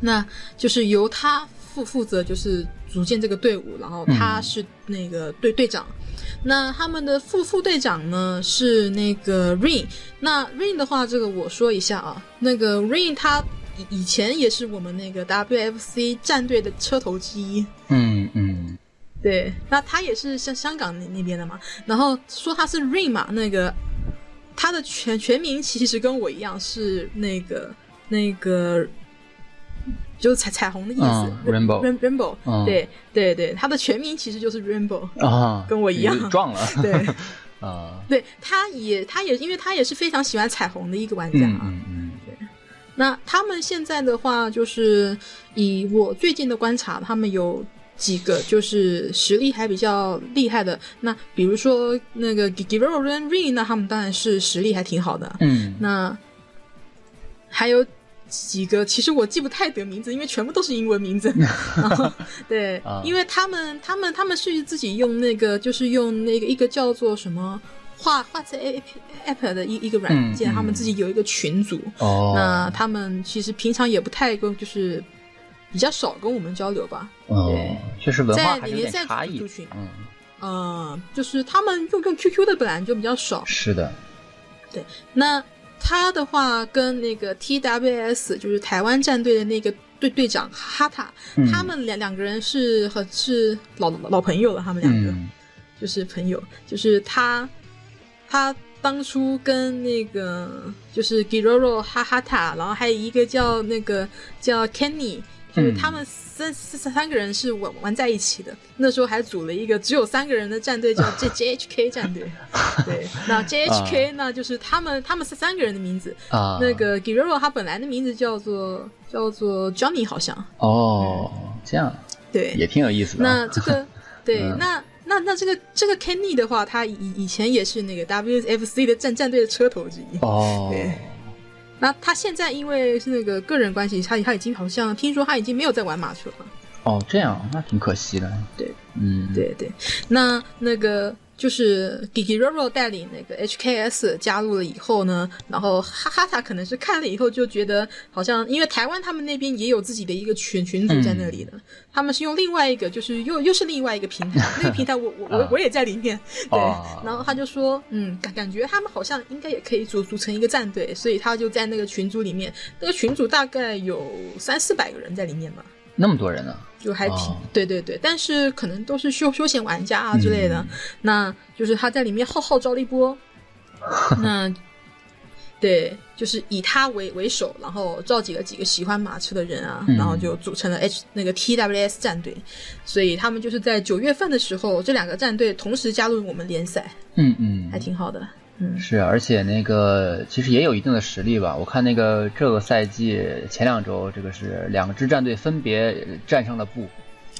那就是由他负负责就是组建这个队伍，然后他
嗯
是那个队队长。那他们的副副队长呢是那个 Rain。那 Rain 的话，这个我说一下啊，那个 Rain 他以以前也是我们那个 WFC 战队的车头之一。
嗯嗯
对，那他也是香香港那那边的嘛。然后说他是 Rain 嘛，那个他的全全名其实跟我一样是那个那个，就是彩彩虹的意思、
嗯 Rainbow
Rain- Rainbow，、
嗯
对对对，他的全名其实就是 Rainbow，、
啊，
跟我一样
你撞了
对
啊，
对，他也他也因为他也是非常喜欢彩虹的一个玩家
嗯
啊。
嗯嗯，
那他们现在的话，就是以我最近的观察，他们有几个就是实力还比较厉害的。那比如说那个 Giro 跟 Rain 呢，他们当然是实力还挺好的。
嗯，
那还有几个，其实我记不太得名字，因为全部都是英文 名字。然后对
啊，
因为他们他们他们是自己用那个，就是用那个一个叫做什么画画册 A P App 的一一个软
嗯
件，
嗯
他们自己有一个群组。
哦，
那他们其实平常也不太跟，就是比较少跟我们交流吧。
哦
对，
确实文化
在
还是有
联
点
赛
差异
族群，
嗯，
呃，就是他们用用 QQ 的本来就比较少。
是的，
那他的话跟那个 TWS，就是台湾战队的那个队队长哈塔，
嗯
他们两两个人是很是老老朋友了，他们两个、
嗯
就是朋友，就是他他。当初跟那个就是 Giroro 哈哈塔，然后还有一个叫那个叫 Kenny，就是
嗯
他们三三三个人是玩玩在一起的。那时候还组了一个只有三个人的 战队，叫 J J H K 战队。对，那 J H K 呢，就是他们他们是三个人的名字。
啊，
那个 Girero 他本来的名字叫做叫做 Johnny，好像
哦，这样
对。
也挺有意思的啊，
那 这个对，
嗯
那那那这个这个 Kenny 的话，他以以前也是那个 WFC 的战战队的车头之一。
哦，
对那他现在因为是那个个人关系，他他已经好像听说他已经没有在玩马球了。
哦，这样那挺可惜的，
对，
嗯，，
对对，那那个就是 Gigi Roro 带领那个 HKS 加入了以后呢，然后哈哈塔可能是看了以后就觉得好像，因为台湾他们那边也有自己的一个群群组在那里的，他们是用另外一个，就是又又是另外一个平台，那个平台我我我我也在里面，对，
哦
然后他就说，嗯，感感觉他们好像应该也可以组组成一个战队，所以他就在那个群组里面，那个群组大概有三四百个人在里面吧。
那么多人呢，
就还挺、
哦
对对对，但是可能都是休休闲玩家啊之类的，
嗯
那就是他在里面号号召了一 波，那对，就是以他为为首，然后召集了几个喜欢马车的人啊，
嗯
然后就组成了 H 那个 TWS 战队，所以他们就是在九月份的时候，这两个战队同时加入我们联赛，
嗯嗯，
还挺好的。嗯，
是，啊而且那个其实也有一定的实力吧。我看那个这个赛季前两周，这个是两支战队分别战胜了布。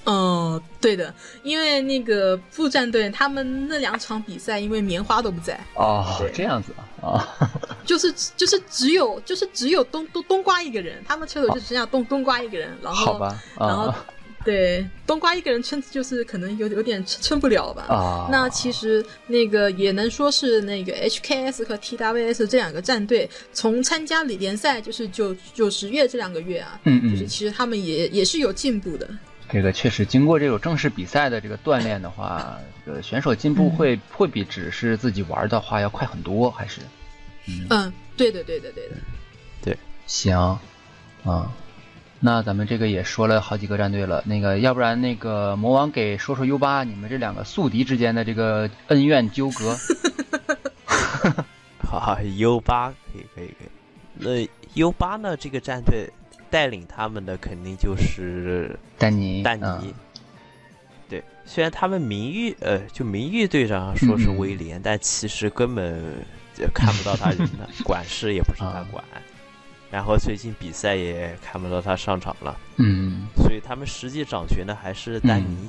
哦，对的，因为那个副战队他们那两场比赛，因为棉花都不在，
哦
对，
这样子啊啊，
就是就是只有就是只有冬冬冬瓜一个人，他们车手就只剩下冬冬瓜一个人，然后
好吧
然后
啊
对冬瓜一个人撑就是可能有有点撑撑不了吧。
啊，
那其实那个也能说是那个 HKS 和 TWS 这两个战队从参加里联赛就是九九十月这两个月啊，
嗯
就是
嗯，
其实他们也也是有进步的。
这个确实经过这种正式比赛的这个锻炼的话，这个选手进步会会比只是自己玩的话要快很多，还是
嗯，对的对的 对的。
行啊。那咱们这个也说了好几个战队了，那个要不然那个魔王给说说 U 八你们这两个宿敌之间的这个恩怨纠葛。
哈哈，U 八可以可以可以。那 U 八呢？这个战队带领他们的肯定就是
丹尼，
丹尼。
嗯
对，虽然他们名誉呃，就名誉队长说是
嗯
威廉，但其实根本呃看不到他人 的，管事也不是
啊
他管。然后最近比赛也看不到他上场了，
嗯
所以他们实际掌权的还是丹尼。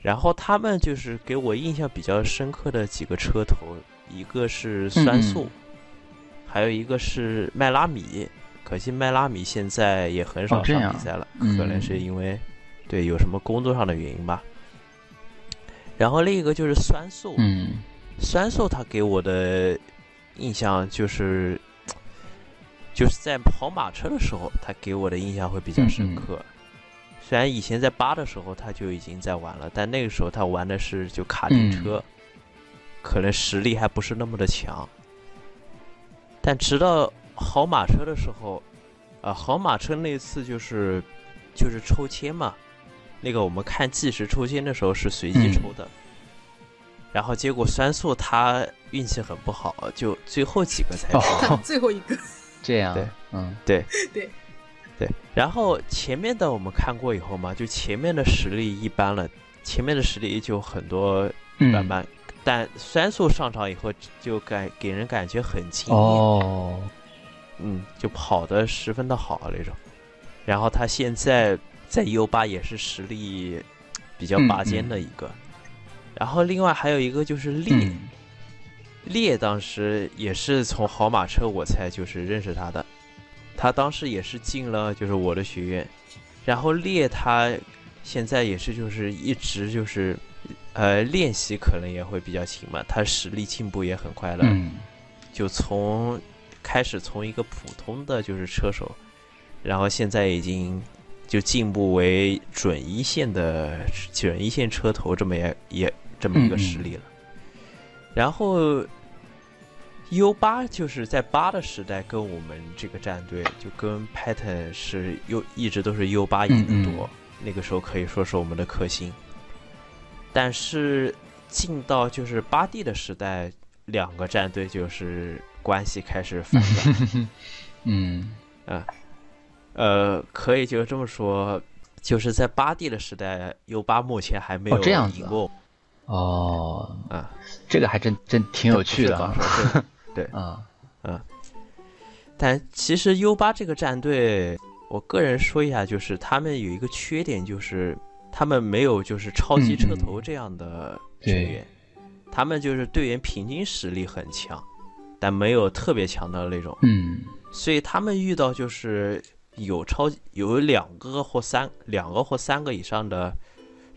然后他们就是给我印象比较深刻的几个车头，一个是
嗯
酸素，还有一个是麦拉米。可惜麦拉米现在也很
哦
少
这
上
样
比赛了，
嗯
可能是因为对有什么工作上的原因吧。然后另一个就是酸素，
嗯
酸素他给我的印象就是，就是在跑马车的时候，他给我的印象会比较深刻。虽然以前在八的时候他就已经在玩了，但那个时候他玩的是就卡丁车，可能实力还不是那么的强。但直到好马车呃的时候，啊、好马车那次就是就是抽签嘛，那个我们看计时抽签的时候是随机抽的，然后结果酸素他运气很不好，就最后几个才抽。
看
哦，
最后一个，
这样
对，
嗯，
对，然后前面的我们看过以后嘛，就前面的实力一般了，前面的实力就很多
嗯
慢慢，但酸素上场以后就感给人感觉很惊艳。
哦，
嗯，就跑得十分的好那种。然后他现在在 U 八也是实力
嗯
比较拔尖的一个。然后另外还有一个就是烈，
嗯
烈当时也是从好马车我才就是认识他的，他当时也是进了就是我的学院，然后烈他现在也是就是一直就是，呃练习可能也会比较勤嘛，他实力进步也很快了，
嗯
就从开始从一个普通的就是车手，然后现在已经就进步为准一线的准一线车头这么也也这么一个实力了。
嗯
然后 U 八就是在八的时代跟我们这个战队就跟 Pattern 是 U 一直都是 U 八赢
嗯嗯
得多，那个时候可以说是我们的克星。但是进到就是八 D 的时代，两个战队就是关系开始反转。
嗯
呃，可以就这么说，就是在八 D 的时代，U 八目前还没有
哦这样子
赢
啊
过
哦，
啊，
这个还真真挺有趣的啊
不是 搞笑
啊，
但其实 U 八这个战队，我个人说一下，就是他们有一个缺点，就是他们没有就是超级车头这样的成
嗯
员，他们就是队员平均实力很强，但没有特别强的那种，
嗯
所以他们遇到就是有超有两个或三两个或三个以上的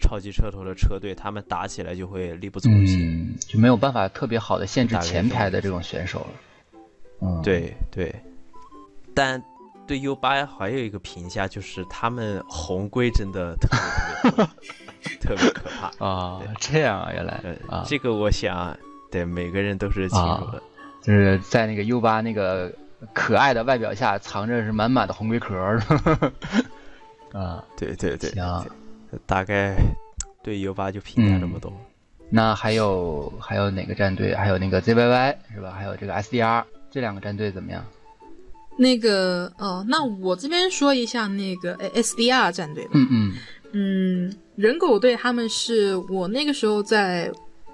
超级车头的车队，他们打起来就会力不从心。
嗯，就没有办法特别好的限制
大概是
前排的这种选手了。嗯，，
对对，但对 U 八还有一个评价就是他们红龟真的特别特别多 特别可怕。
啊
对，
这样啊，原来
呃，
啊，
这个我想对每个人都是清楚的。
就是在那个 U 八那个可爱的外表下藏着是满满的红龟壳儿。 啊，
对对对，
行，嗯
对大概对 U 八就评价这么多。
那还有还有哪个战队？还有那个 ZYY 是吧？还有这个 SDR 这两个战队怎么样？
那个哦，那我这边说一下那个 SDR 战队吧。
嗯嗯
嗯，人狗队他们是我那个时候在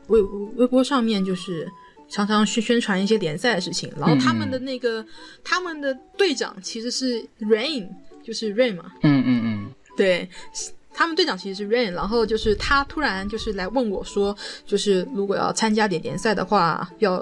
微微博上面就是常常宣宣传一些联赛的事情，然后他们的那个、他们的队长其实是 Rain，就是 Rain 嘛，
嗯嗯嗯，
对。他们队长其实是 Rain，然后就是他突然就是来问我说，就是如果要参加点联赛的话，要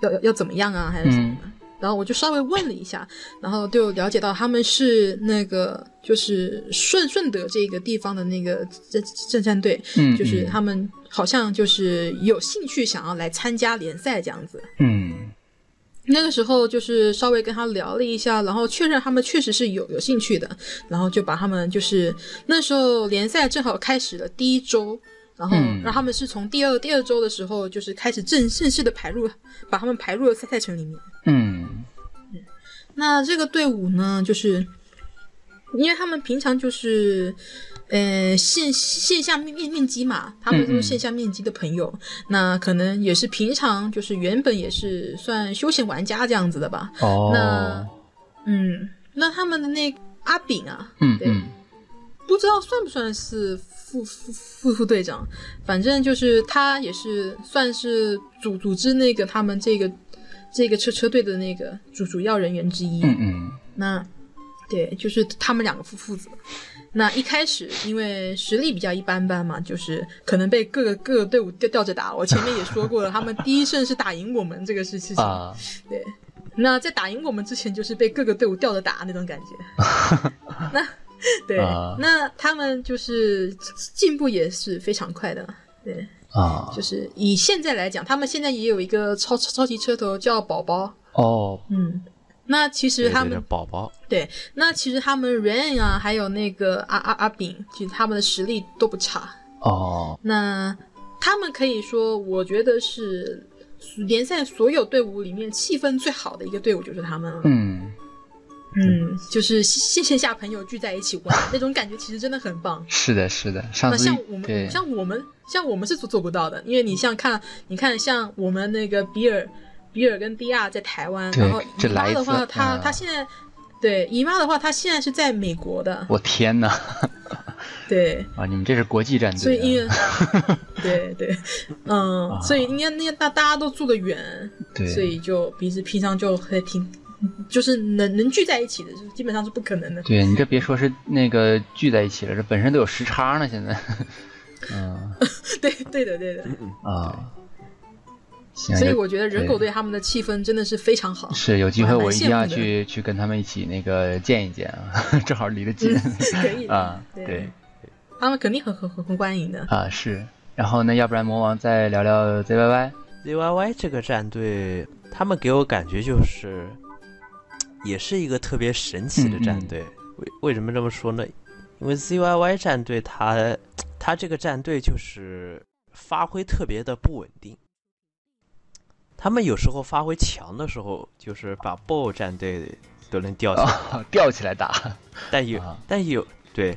要要要怎么样啊，
嗯
还是什么的？然后我就稍微问了一下，然后就了解到他们是那个就是顺顺德这个地方的那个政政战队，
嗯
就是他们好像就是有兴趣想要来参加联赛这样子。
嗯
那个时候就是稍微跟他聊了一下，然后确认他们确实是有有兴趣的，然后就把他们就是那时候联赛正好开始了第一周，然后
嗯
让他们是从第二第二周的时候就是开始正正式的排入，把他们排入了赛赛程里面。
嗯
那这个队伍呢，就是因为他们平常就是，呃，线线下面面面基嘛，他们都
嗯嗯
是线下面基的朋友，那可能也是平常就是原本也是算休闲玩家这样子的吧。
哦，
那嗯，那他们的那阿炳啊，
嗯
对
嗯
不知道算不算是副副副副队长，反正就是他也是算是组组织那个他们这个这个车车队的那个主主要人员之一。
嗯嗯
那对，就是他们两个父父子。那一开始因为实力比较一般般嘛，就是可能被各个各个队伍吊吊着打。我前面也说过了，他们第一胜是打赢我们这个事事情。
啊，
对，那在打赢我们之前，就是被各个队伍吊着打那种感觉。 那对，
啊
那他们就是进步也是非常快的。对，
啊
就是以现在来讲，他们现在也有一个超超级车头叫宝宝，
哦，
嗯，那其实
对
他
对
们
对宝宝，
那其实他们 Rain 啊，还有那个阿阿阿炳，其实他们的实力都不差。
哦，
那他们可以说，我觉得是联赛所有队伍里面气氛最好的一个队伍，就是他们了。
嗯
啊嗯，就是线线下朋友聚在一起 玩那种感觉，其实真的很棒。
是的，是的，上
那
次
像我
啊对
们，像我们，像我们是做做不到的，因为你像看，你看像我们那个比尔，比尔跟迪亚在台湾，
对
然后
这
姨妈
来
的
自
话，她
嗯
她现在，对姨妈的话，她现在是在美国的，
我天哪！
对，
啊，你们这是国际战
所以因
队、
为
啊，，
对对，嗯，所以应该那些大大家都住得远，所
对
以就平时平常就还挺，就是能能聚在一起的，就是基本上是不可能的。
对，你这别说是那个聚在一起了，这本身都有时差呢， 现在，嗯
对对的对的，
啊，行，
所以
有
我觉得人狗
对
队他们的气氛真的是非 常好。
是有机会
我
我
还蛮
一
羡
定要
慕的
去去跟他们一起那个见一见啊， 正好离得近、
可以的
啊，
对
对
他们肯定很很很很欢迎的。
啊是。然后呢，要不然魔王再聊聊 ZYY，
ZYY 这个战队，他们给我感觉就是，也是一个特别神奇的战队。为为什么这么说呢？因为 ZYY 战队它，它这个战队就是发挥特别的不稳定。他们有时候发挥强的时候，就是把 BO 战队都能吊起来，
啊，吊起来打
但有
啊
但有对，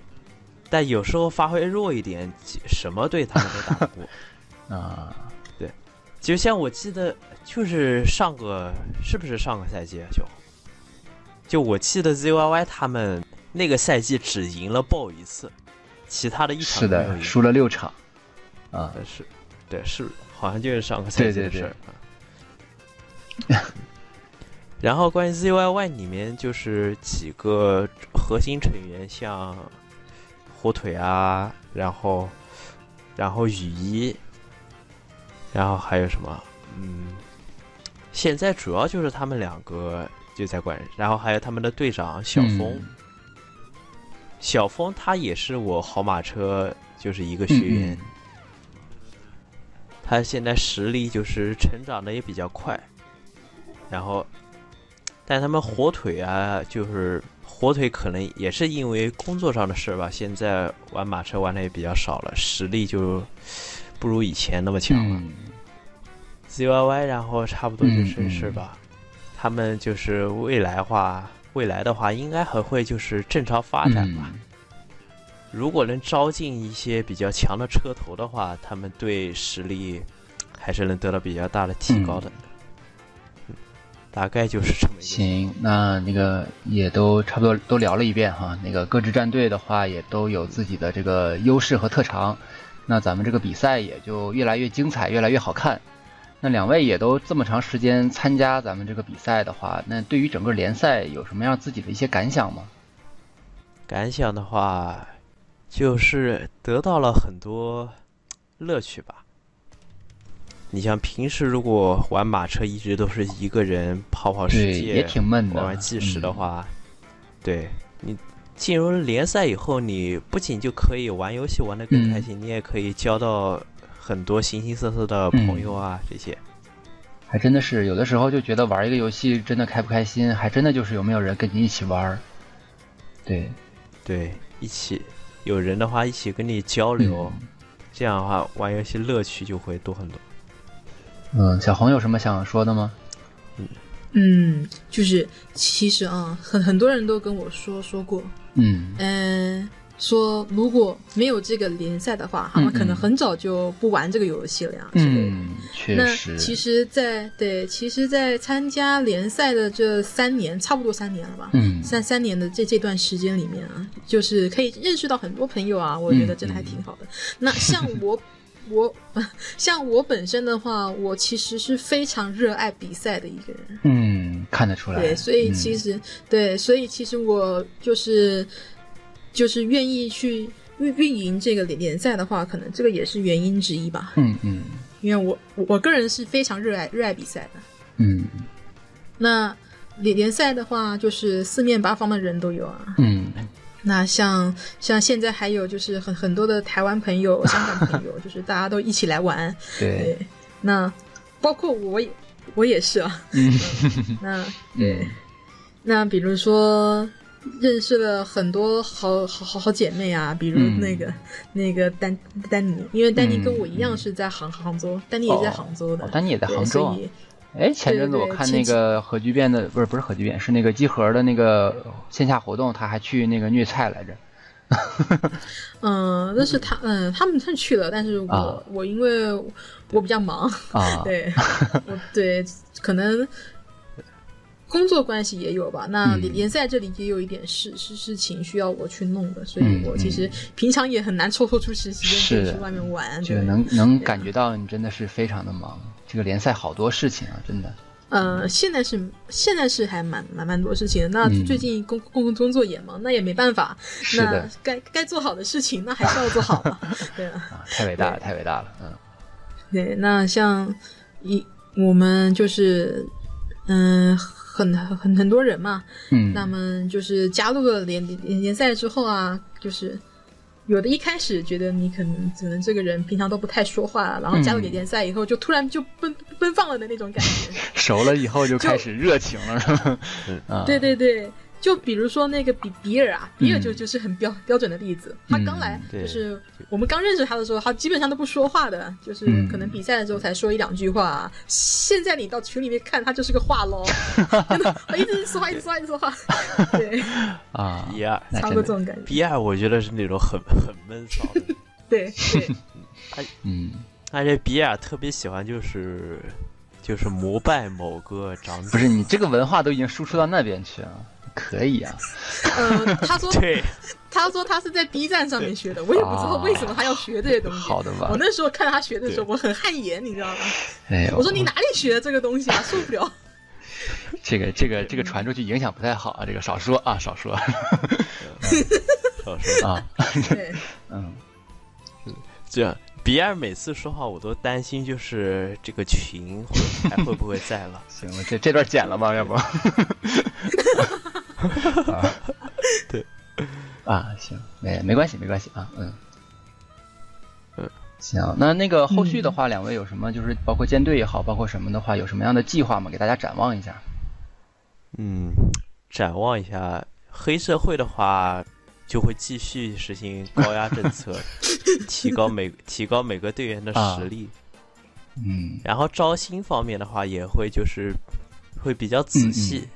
但有时候发挥弱一点，几什么队他们都打不过。
啊，
就像我记得，就是上个是不是上个赛季啊？就就我记得 ZYY 他们那个赛季只赢了 BO 一次，其他的一场
是
都没有
的，
赢
输了六场啊，
呃是，对，是好像就是上个赛季
对对
的
对
事儿啊。 然后关于 ZYY 里面就是几个核心成员，像火腿啊，然后然后雨衣，然后还有什么？嗯，现在主要就是他们两个就在管，然后还有他们的队长小峰。
嗯
小峰他也是我好马车就是一个学员，
嗯
他现在实力就是成长的也比较快，然后，但他们火腿啊，就是火腿可能也是因为工作上的事儿吧，现在玩马车玩的也比较少了，实力就不如以前那么强了。
嗯
ZYY 然后差不多就
嗯
是是吧？他们就是未来话，未来的话应该还会就是正常发展吧。
嗯
如果能招进一些比较强的车头的话，他们对实力还是能得到比较大的提高的。嗯大概就是这么一个。
行，那那个也都差不多都聊了一遍哈。那个各支战队的话，也都有自己的这个优势和特长。那咱们这个比赛也就越来越精彩，越来越好看。那两位也都这么长时间参加咱们这个比赛的话，那对于整个联赛有什么样自己的一些感想吗？
感想的话，就是得到了很多乐趣吧。你像平时如果玩马车，一直都是一个人泡泡世
对，
界，
也挺闷的。
玩完计时的
嗯
话，对你进入联赛以后，你不仅就可以玩游戏玩得更开
嗯
心，你也可以交到很多形形色色的
嗯
朋友啊，这些。
还真的是有的时候就觉得玩一个游戏真的开不开心，还真的就是有没有人跟你一起玩儿。对，
对，一起有人的话，一起跟你交流，这样的话玩游戏乐趣就会多很多。
嗯，小红有什么想说的吗？
嗯，就是其实啊，很很多人都跟我说说过，
嗯，
嗯，说如果没有这个联赛的话，他们
嗯嗯
可能很早就不玩这个游戏了呀之类的。
嗯，确
那
实，
其实在，对，其实，在参加联赛的这三年，差不多三年了吧，
嗯，
三三年的这这段时间里面啊，就是可以认识到很多朋友啊，我觉得真的还挺好的。那像我，我像我本身的话，我其实是非常热爱比赛的一个人，
嗯，看得出来，
对，所以其实、对，所以其实我就是就是愿意去运运营这个联联赛的话，可能这个也是原因之一吧，
嗯嗯
因为我我我个人是非常热爱热爱比赛的。
嗯
那联联赛的话，就是四面八方的人都有啊，
嗯
那像像现在还有就是很很多的台湾朋友、香港朋友，就是大家都一起来玩。
对，嗯
对，那包括我也我也是啊。
嗯
那
嗯
那比如说认识了很多好好好好姐妹啊，比如
嗯
那个、那个丹丹尼，因为丹尼
嗯
跟我一样是在杭杭州，丹尼也是在
哦
杭州的。
哦，丹尼也在
对
杭州啊
所，以
哎，前阵子
对对
我看那个核聚变的，不是不是核聚变，是那个集合的那个线下活动，他还去那个虐菜来着。
嗯、但是他嗯、他们是去了，但是我、
啊
我因为我比较忙，
啊，
对， 我对，可能工作关系也有吧。那
嗯
联联赛这里也有一点事事事情需要我去弄的，所以
嗯
我其实平常也很难抽抽出时
是
间可以去外面玩。
就
对
能能感觉到你真的是非常的忙。这个联赛好多事情啊，真的。
呃，现在是现在是还蛮蛮蛮多事情的。那
嗯
最近工工工作也忙，那也没办法。
是
那
的，
该该做好的事情，那还是要做好 嘛。对啊。
啊，太伟大了，太伟大了。嗯，
对，那像一我们就是，嗯、很很很多人嘛，
嗯，
那么就是加入了联联联赛之后啊，就是有的一开始觉得你可能可能这个人平常都不太说话，然后加入
嗯
联赛以后就突然就奔奔放了的那种感觉。
熟了以后就开始热情了，是吧？啊，
嗯对对对，就比如说那个比比尔啊，比尔就
嗯
就是很标标准的例子。他刚来
嗯对
就是我们刚认识他的时候，他基本上都不说话的，就是
嗯
可能比赛的时候才说一两句话啊。现在你到群里面看，他就是个话痨，真的，他一直说话，一直说话，一直说 话，对，
啊，
比尔，
那
差不
真的
多这种感觉。
比尔，我觉得是那种很很闷骚 的，
对对，
嗯，
而且比尔特别喜欢就是就是膜拜某个长者，
不是你这个文化都已经输出到那边去了，可以啊，
呃，他 说
对，
他说他是在 B 站上面学的，我也不知道为什么他要学这些东西。
好的吧
我？那时候看他学的时候，我很汗颜，你知道吗？
哎呦，
我说你哪里学的这个东西啊？受不了。
这个这个这个传出去影响不太好啊，这个少说啊，少 说
老师
啊，
对。
嗯，？
这样，比尔每次说话我都担心，就是这个群会还会不会在了
行了，这这段剪了吧，要 不？啊
对，
啊，行，没没关系，没关系啊，嗯，
嗯，
行，那那个后续的话，两位有什么就是包括舰队也好，包括什么的话，有什么样的计划吗？给大家展望一下。
嗯，展望一下黑社会的话，就会继续实行高压 政策，提高每提高每个队员的
啊
实力。
嗯
然后招新方面的话，也会就是会比较仔细。
嗯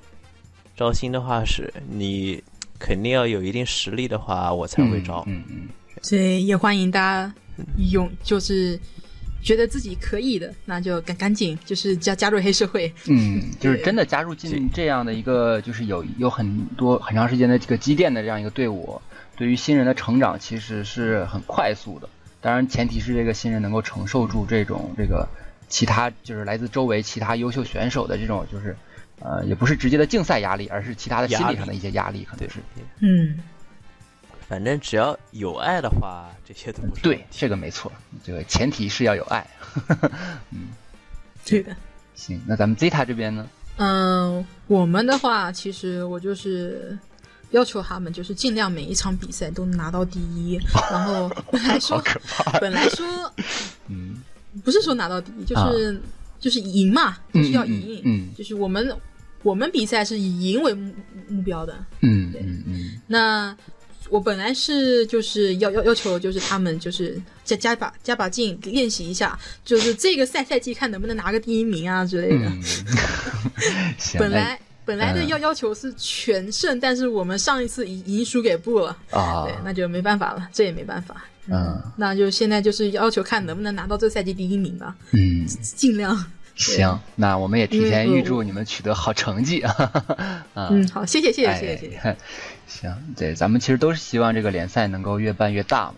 招新的话是你肯定要有一定实力的话，我才会招。
嗯嗯
所以也欢迎大家勇，就是觉得自己可以的，那就赶赶紧就是加加入黑社会。
嗯，嗯就是真的加入 进这样的一个，就是有有很多很长时间的这个积淀的这样一个队伍，对于新人的成长其实是很快速的。当然，前提是这个新人能够承受住这种这个其他就是来自周围其他优秀选手的这种就是。呃，也不是直接的竞赛压力，而是其他的心
压
理
力
上的一些压力，可
对
能是
嗯，
反正只要有爱的话，这些都不是问
对
题。
这个没错，这个前提是要有爱。
对的。
行，那咱们 Zeta 这边呢？
嗯、我们的话，其实我就是。要求他们就是尽量每一场比赛都拿到第 一，然后本来说本来说
嗯，
不是说拿到第一，就是、就是赢嘛，就是要赢，
啊嗯
就是我们我们比赛是以赢为目目标的，
嗯嗯嗯
那我本来是就是要要要求就是他们就是加加把加把劲练习一下，就是这个赛赛季看能不能拿个第一名啊之类的。
嗯，行，
本
哎
来本来的
嗯
要要求是全胜，但是我们上一次已已经输给布了，
啊
对，，那就没办法了，这也没办法。
嗯，
那就现在就是要求看能不能拿到这赛季第一名吧，
嗯，
尽量。
行，那我们也提前预祝你们取得好成绩 啊！啊，
嗯，好，谢谢谢谢
哎
谢谢谢谢。
行，对，咱们其实都是希望这个联赛能够越办越大嘛。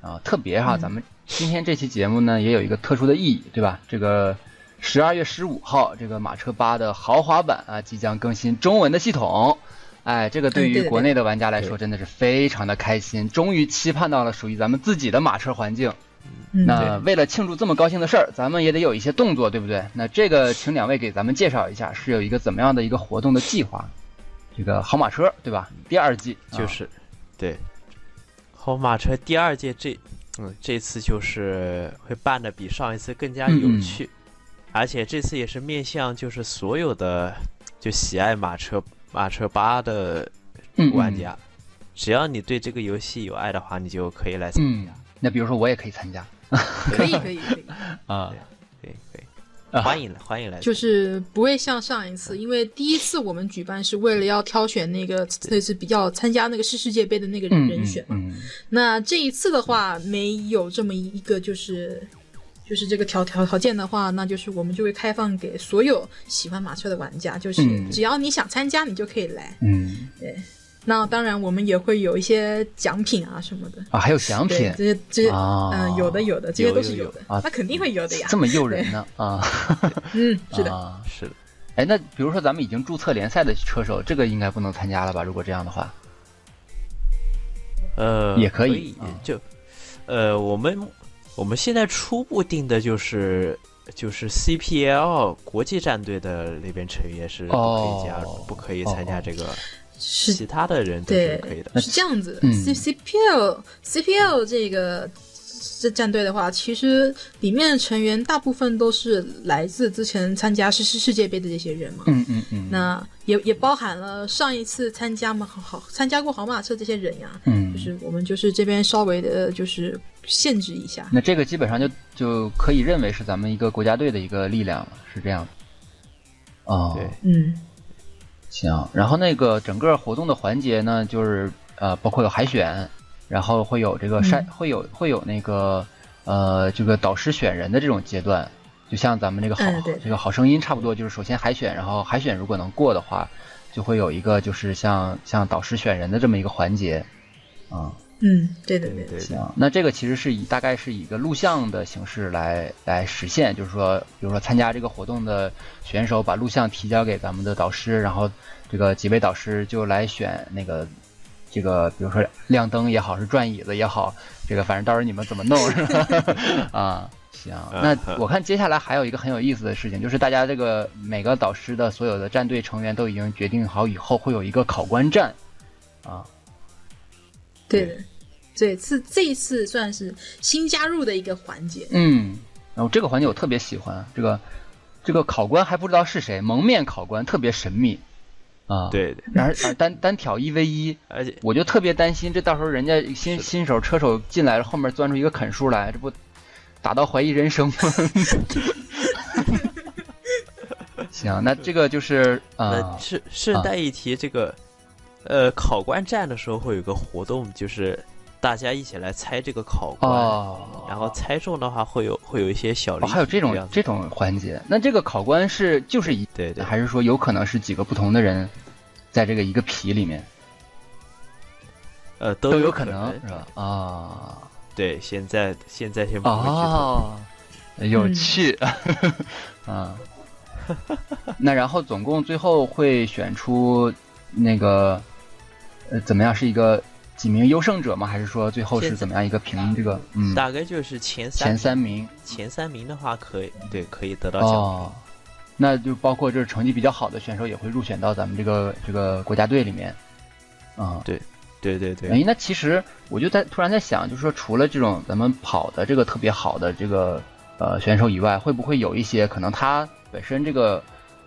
啊，特别
嗯
哈，咱们今天这期节目呢，也有一个特殊的意义，对吧？这个十二月十五号，这个马车吧的豪华版啊，即将更新中文的系统。哎，这个对
嗯对
于
的
国内的玩家来说，真的是非常的开心，终于期盼到了属于咱们自己的马车环境。
嗯，
那为了庆祝这么高兴的事儿，咱们也得有一些动作，对不对？那这个，请两位给咱们介绍一下，是有一个怎么样的一个活动的计划？这个好马车，对吧？第二季啊
就、是，对，好马车第二届这，嗯，这次就是会办的比上一次更加有
嗯嗯
趣，而且这次也是面向就是所有的就喜爱马车马车吧的
嗯
玩家，只要你对这个游戏有爱的话，你就可以来参
嗯
加。
那比如说我也可以参加
可以可以可以。
啊
对，可以可以。
啊
欢迎来欢迎来，
就是不会像上一次，因为第一次我们举办是为了要挑选那个就是比较参加那个世世界杯的那个
嗯
人选嘛。
嗯
那这一次的话，没有这么一个就是就是这个条条条件的话，那就是我们就会开放给所有喜欢马车的玩家，就是
嗯
只要你想参加，你就可以来。
嗯嗯
那当然，我们也会有一些奖品啊什么的。
啊，还有奖品
对，这些这些，嗯、
啊
有的有的，这些都是
有有
有的，
有啊
那肯定会有的呀
这。么诱人 呢啊！
嗯，是的，
啊
是的，
哎，那比如说咱们已经注册联赛的车手，这个应该不能参加了吧？如果这样的话，
呃，
也可
可
以
以
啊
就，呃，我们我们现在初步定的就是就是 CPL 国际战队的那边成员是不可以加入，
哦
不可以参加这个，
是
其他的人都是可以的。
是这样子的
嗯
，C C P L C P L 这个这战队的话，其实里面的成员大部分都是来自之前参加世世世界杯的这些人嘛。
嗯嗯嗯，
那也也包含了上一次参加嘛，好好参加过好马车这些人呀，
嗯，
就是我们就是这边稍微的，就是限制一下。
那这个基本上就就可以认为是咱们一个国家队的一个力量了，是这样的。哦，
对，
嗯，
行。然后那个整个活动的环节呢，就是呃，包括有海选，然后会有这
嗯
个筛，会有会有那个呃，这个导师选人的这种阶段，就像咱们这个好、
嗯对
这个好声音差不多，就是首先海选，然后海选如果能过的话，就会有一个就是像像导师选人的这么一个环节，啊、
嗯，对的，
对
对的，
对，
行，那这个其实是以大概是以一个录像的形式来来实现，就是说，比如说参加这个活动的选手把录像提交给咱们的导师，然后这个几位导师就来选那个这个，比如说亮灯也好，是转椅子也好，这个反正到时候你们怎么弄是吧？ 啊，行，
嗯
那我看接下来还有一个很有意思的事情，就是大家这个每个导师的所有的战队成员都已经决定好以后会有一个考官战，啊，
对的。对，次这一次算是新加入的一个环节，
嗯，然后这个环节我特别喜欢，这个这个考官还不知道是谁，蒙面考官特别神秘啊。，
对对，
然而而单单挑一 v 一，
而且
我就特别担心，这到时候人家新新手车手进来，后面钻出一个啃叔来，这不打到怀疑人 生吗？行，那这个就是
那
啊，
顺顺带一提，这个呃考官战的时候会有个活动，就是大家一起来猜这个考官，
哦，
然后猜中的话会有会有一些小礼
哦，
品、
还有这种
样子
这种环节，那这个考官是就是一
对对，
还是说有可能是几个不同的人在这个一个皮里面？
呃都
都有可
可
能是吧？啊
对，现在现在先不会剧透。
哦，有趣 啊！那然后总共最后会选出那个呃怎么样是一个几名优胜者吗？还是说最后是怎么样一个评这个嗯
大概就是前三
前三名
前三名的话，可以对可以得到奖。
哦？那就包括就是成绩比较好的选手也会入选到咱们这个这个国家队里面啊。
对对对，
哎，那其实我就在突然在想，就是说，除了这种咱们跑的这个特别好的这个呃选手以外，会不会有一些可能他本身这个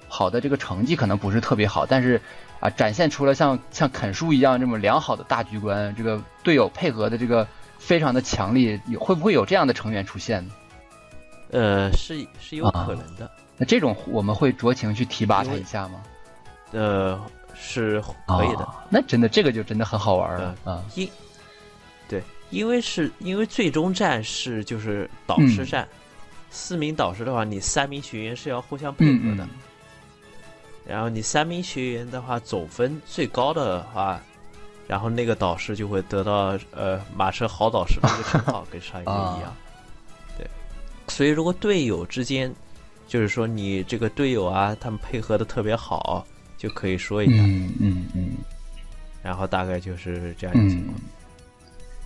跑的这个成绩可能不是特别好，但是啊、展现出了像像啃叔一样这么良好的大局观，这个队友配合的这个非常的强力，有会不会有这样的成员出现呢？
呃，是是有可能的，
那这种我们会酌情去提拔他一下吗？
呃，是可以的，
啊那真的这个就真的很好玩了啊！
因对，因为是因为最终战是就是导
嗯
师战，四名导师的话，你三名学员是要互相配
嗯
合的，
嗯，
然后你三名学员的话，总分最高的话，然后那个导师就会得到呃马车好导师的一个称 号，跟上一次一样
啊。
对，所以如果队友之间，就是说你这个队友啊，他们配合的特别好，就可以说一下。
嗯嗯嗯
然后大概就是这样一个情
嗯
况。，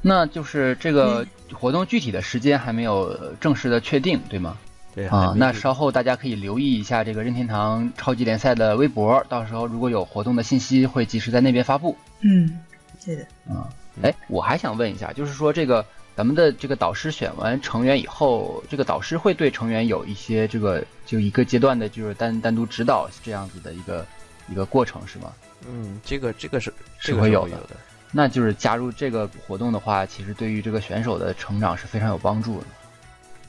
那就是这个
嗯
活动具体的时间还没有呃正式的确定，对吗？
对还
啊，
没
那
定
稍后大家可以留意一下这个任天堂超级联赛的微博，到时候如果有活动的信息，会及时在那边发布。
嗯，对的。
嗯
哎，我还想问一下，就是说这个咱们的这个导师选完成员以后，这个导师会对成员有一些这个就一个阶段的，就是单单独指导这样子的一个一个过程，是吗？
嗯，这个这个是
是
这个
会
是
有
会
的
有的。
那就是加入这个活动的话，其实对于这个选手的成长是非常有帮助的。嗯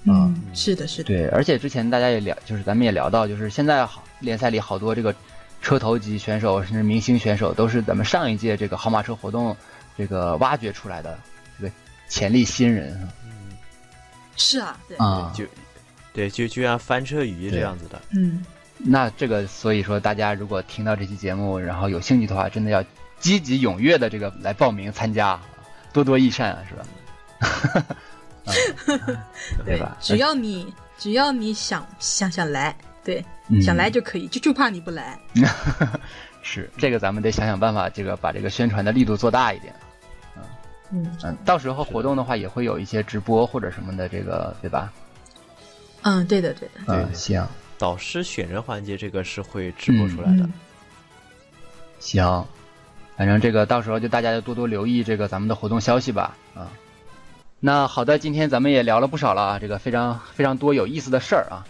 嗯，是的，是的，
对，而且之前大家也聊，就是咱们也聊到，就是现在好联赛里好多这个车头级选手，甚至明星选手，都是咱们上一届这个好马车活动这个挖掘出来的这个潜力新人
是啊，对，
啊。
就对，就就像翻车鱼这
对
样子的。
嗯，
那这个，所以说大家如果听到这期节目，然后有兴趣的话，真的要积极踊跃的这个来报名参加，多多益善啊，是吧？ 对
对
吧，
只要你只要你想想想来，对，
嗯
想来就可以，就就怕你不来。
是这个，咱们得想想办法，这个把这个宣传的力度做大一点。
嗯
嗯，到时候活动的话，也会有一些直播或者什么的，这个对吧？
嗯，对的，对的，
对
嗯，行
导师选人环节这个是会直播出来的
嗯。
行，反正这个到时候就大家就多多留意这个咱们的活动消息吧。啊，那好的，今天咱们也聊了不少了啊，这个非常非常多有意思的事儿啊。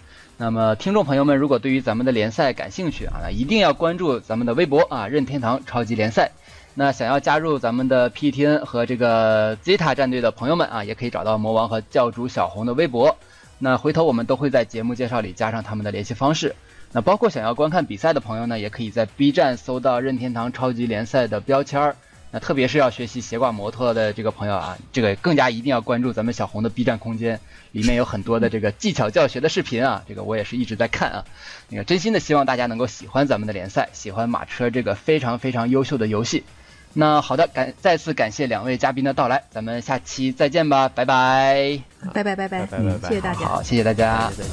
那么，听众朋友们，如果对于咱们的联赛感兴趣啊，那一定要关注咱们的微博啊，任天堂超级联赛。那想要加入咱们的 PTN 和这个 Zeta 战队的朋友们啊，也可以找到魔王和教主小红的微博。那回头我们都会在节目介绍里加上他们的联系方式。那包括想要观看比赛的朋友呢，也可以在 B 站搜到任天堂超级联赛的标签儿。那特别是要学习斜挂摩托的这个朋友啊，这个更加一定要关注咱们小红的 B 站空间，里面有很多的这个技巧教学的视频啊，这个我也是一直在看啊。那个真心的希望大家能够喜欢咱们的联赛，喜欢马车这个非常非常优秀的游戏。那好的，感再次感谢两位嘉宾的到来，咱们下期再见吧，拜拜。
拜拜，拜拜，
拜拜拜拜
谢谢大家。
好，谢谢大家。
对对对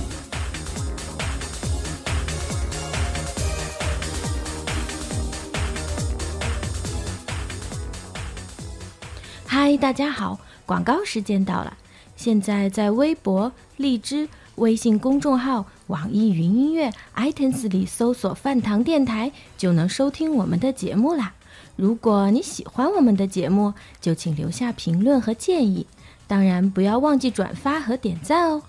嗨，大家好，广告时间到了。现在在微博、荔枝、微信公众号、网易云音乐、iTunes 里搜索“饭堂电台”，就能收听我们的节目啦。如果你喜欢我们的节目，就请留下评论和建议，当然不要忘记转发和点赞哦。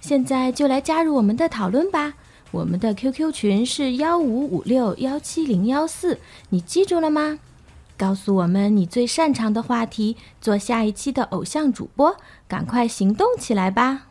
现在就来加入我们的讨论吧。我们的 QQ 群是幺五五六幺七零幺四，你记住了吗？告诉我们你最擅长的话题，做下一期的偶像主播，赶快行动起来吧！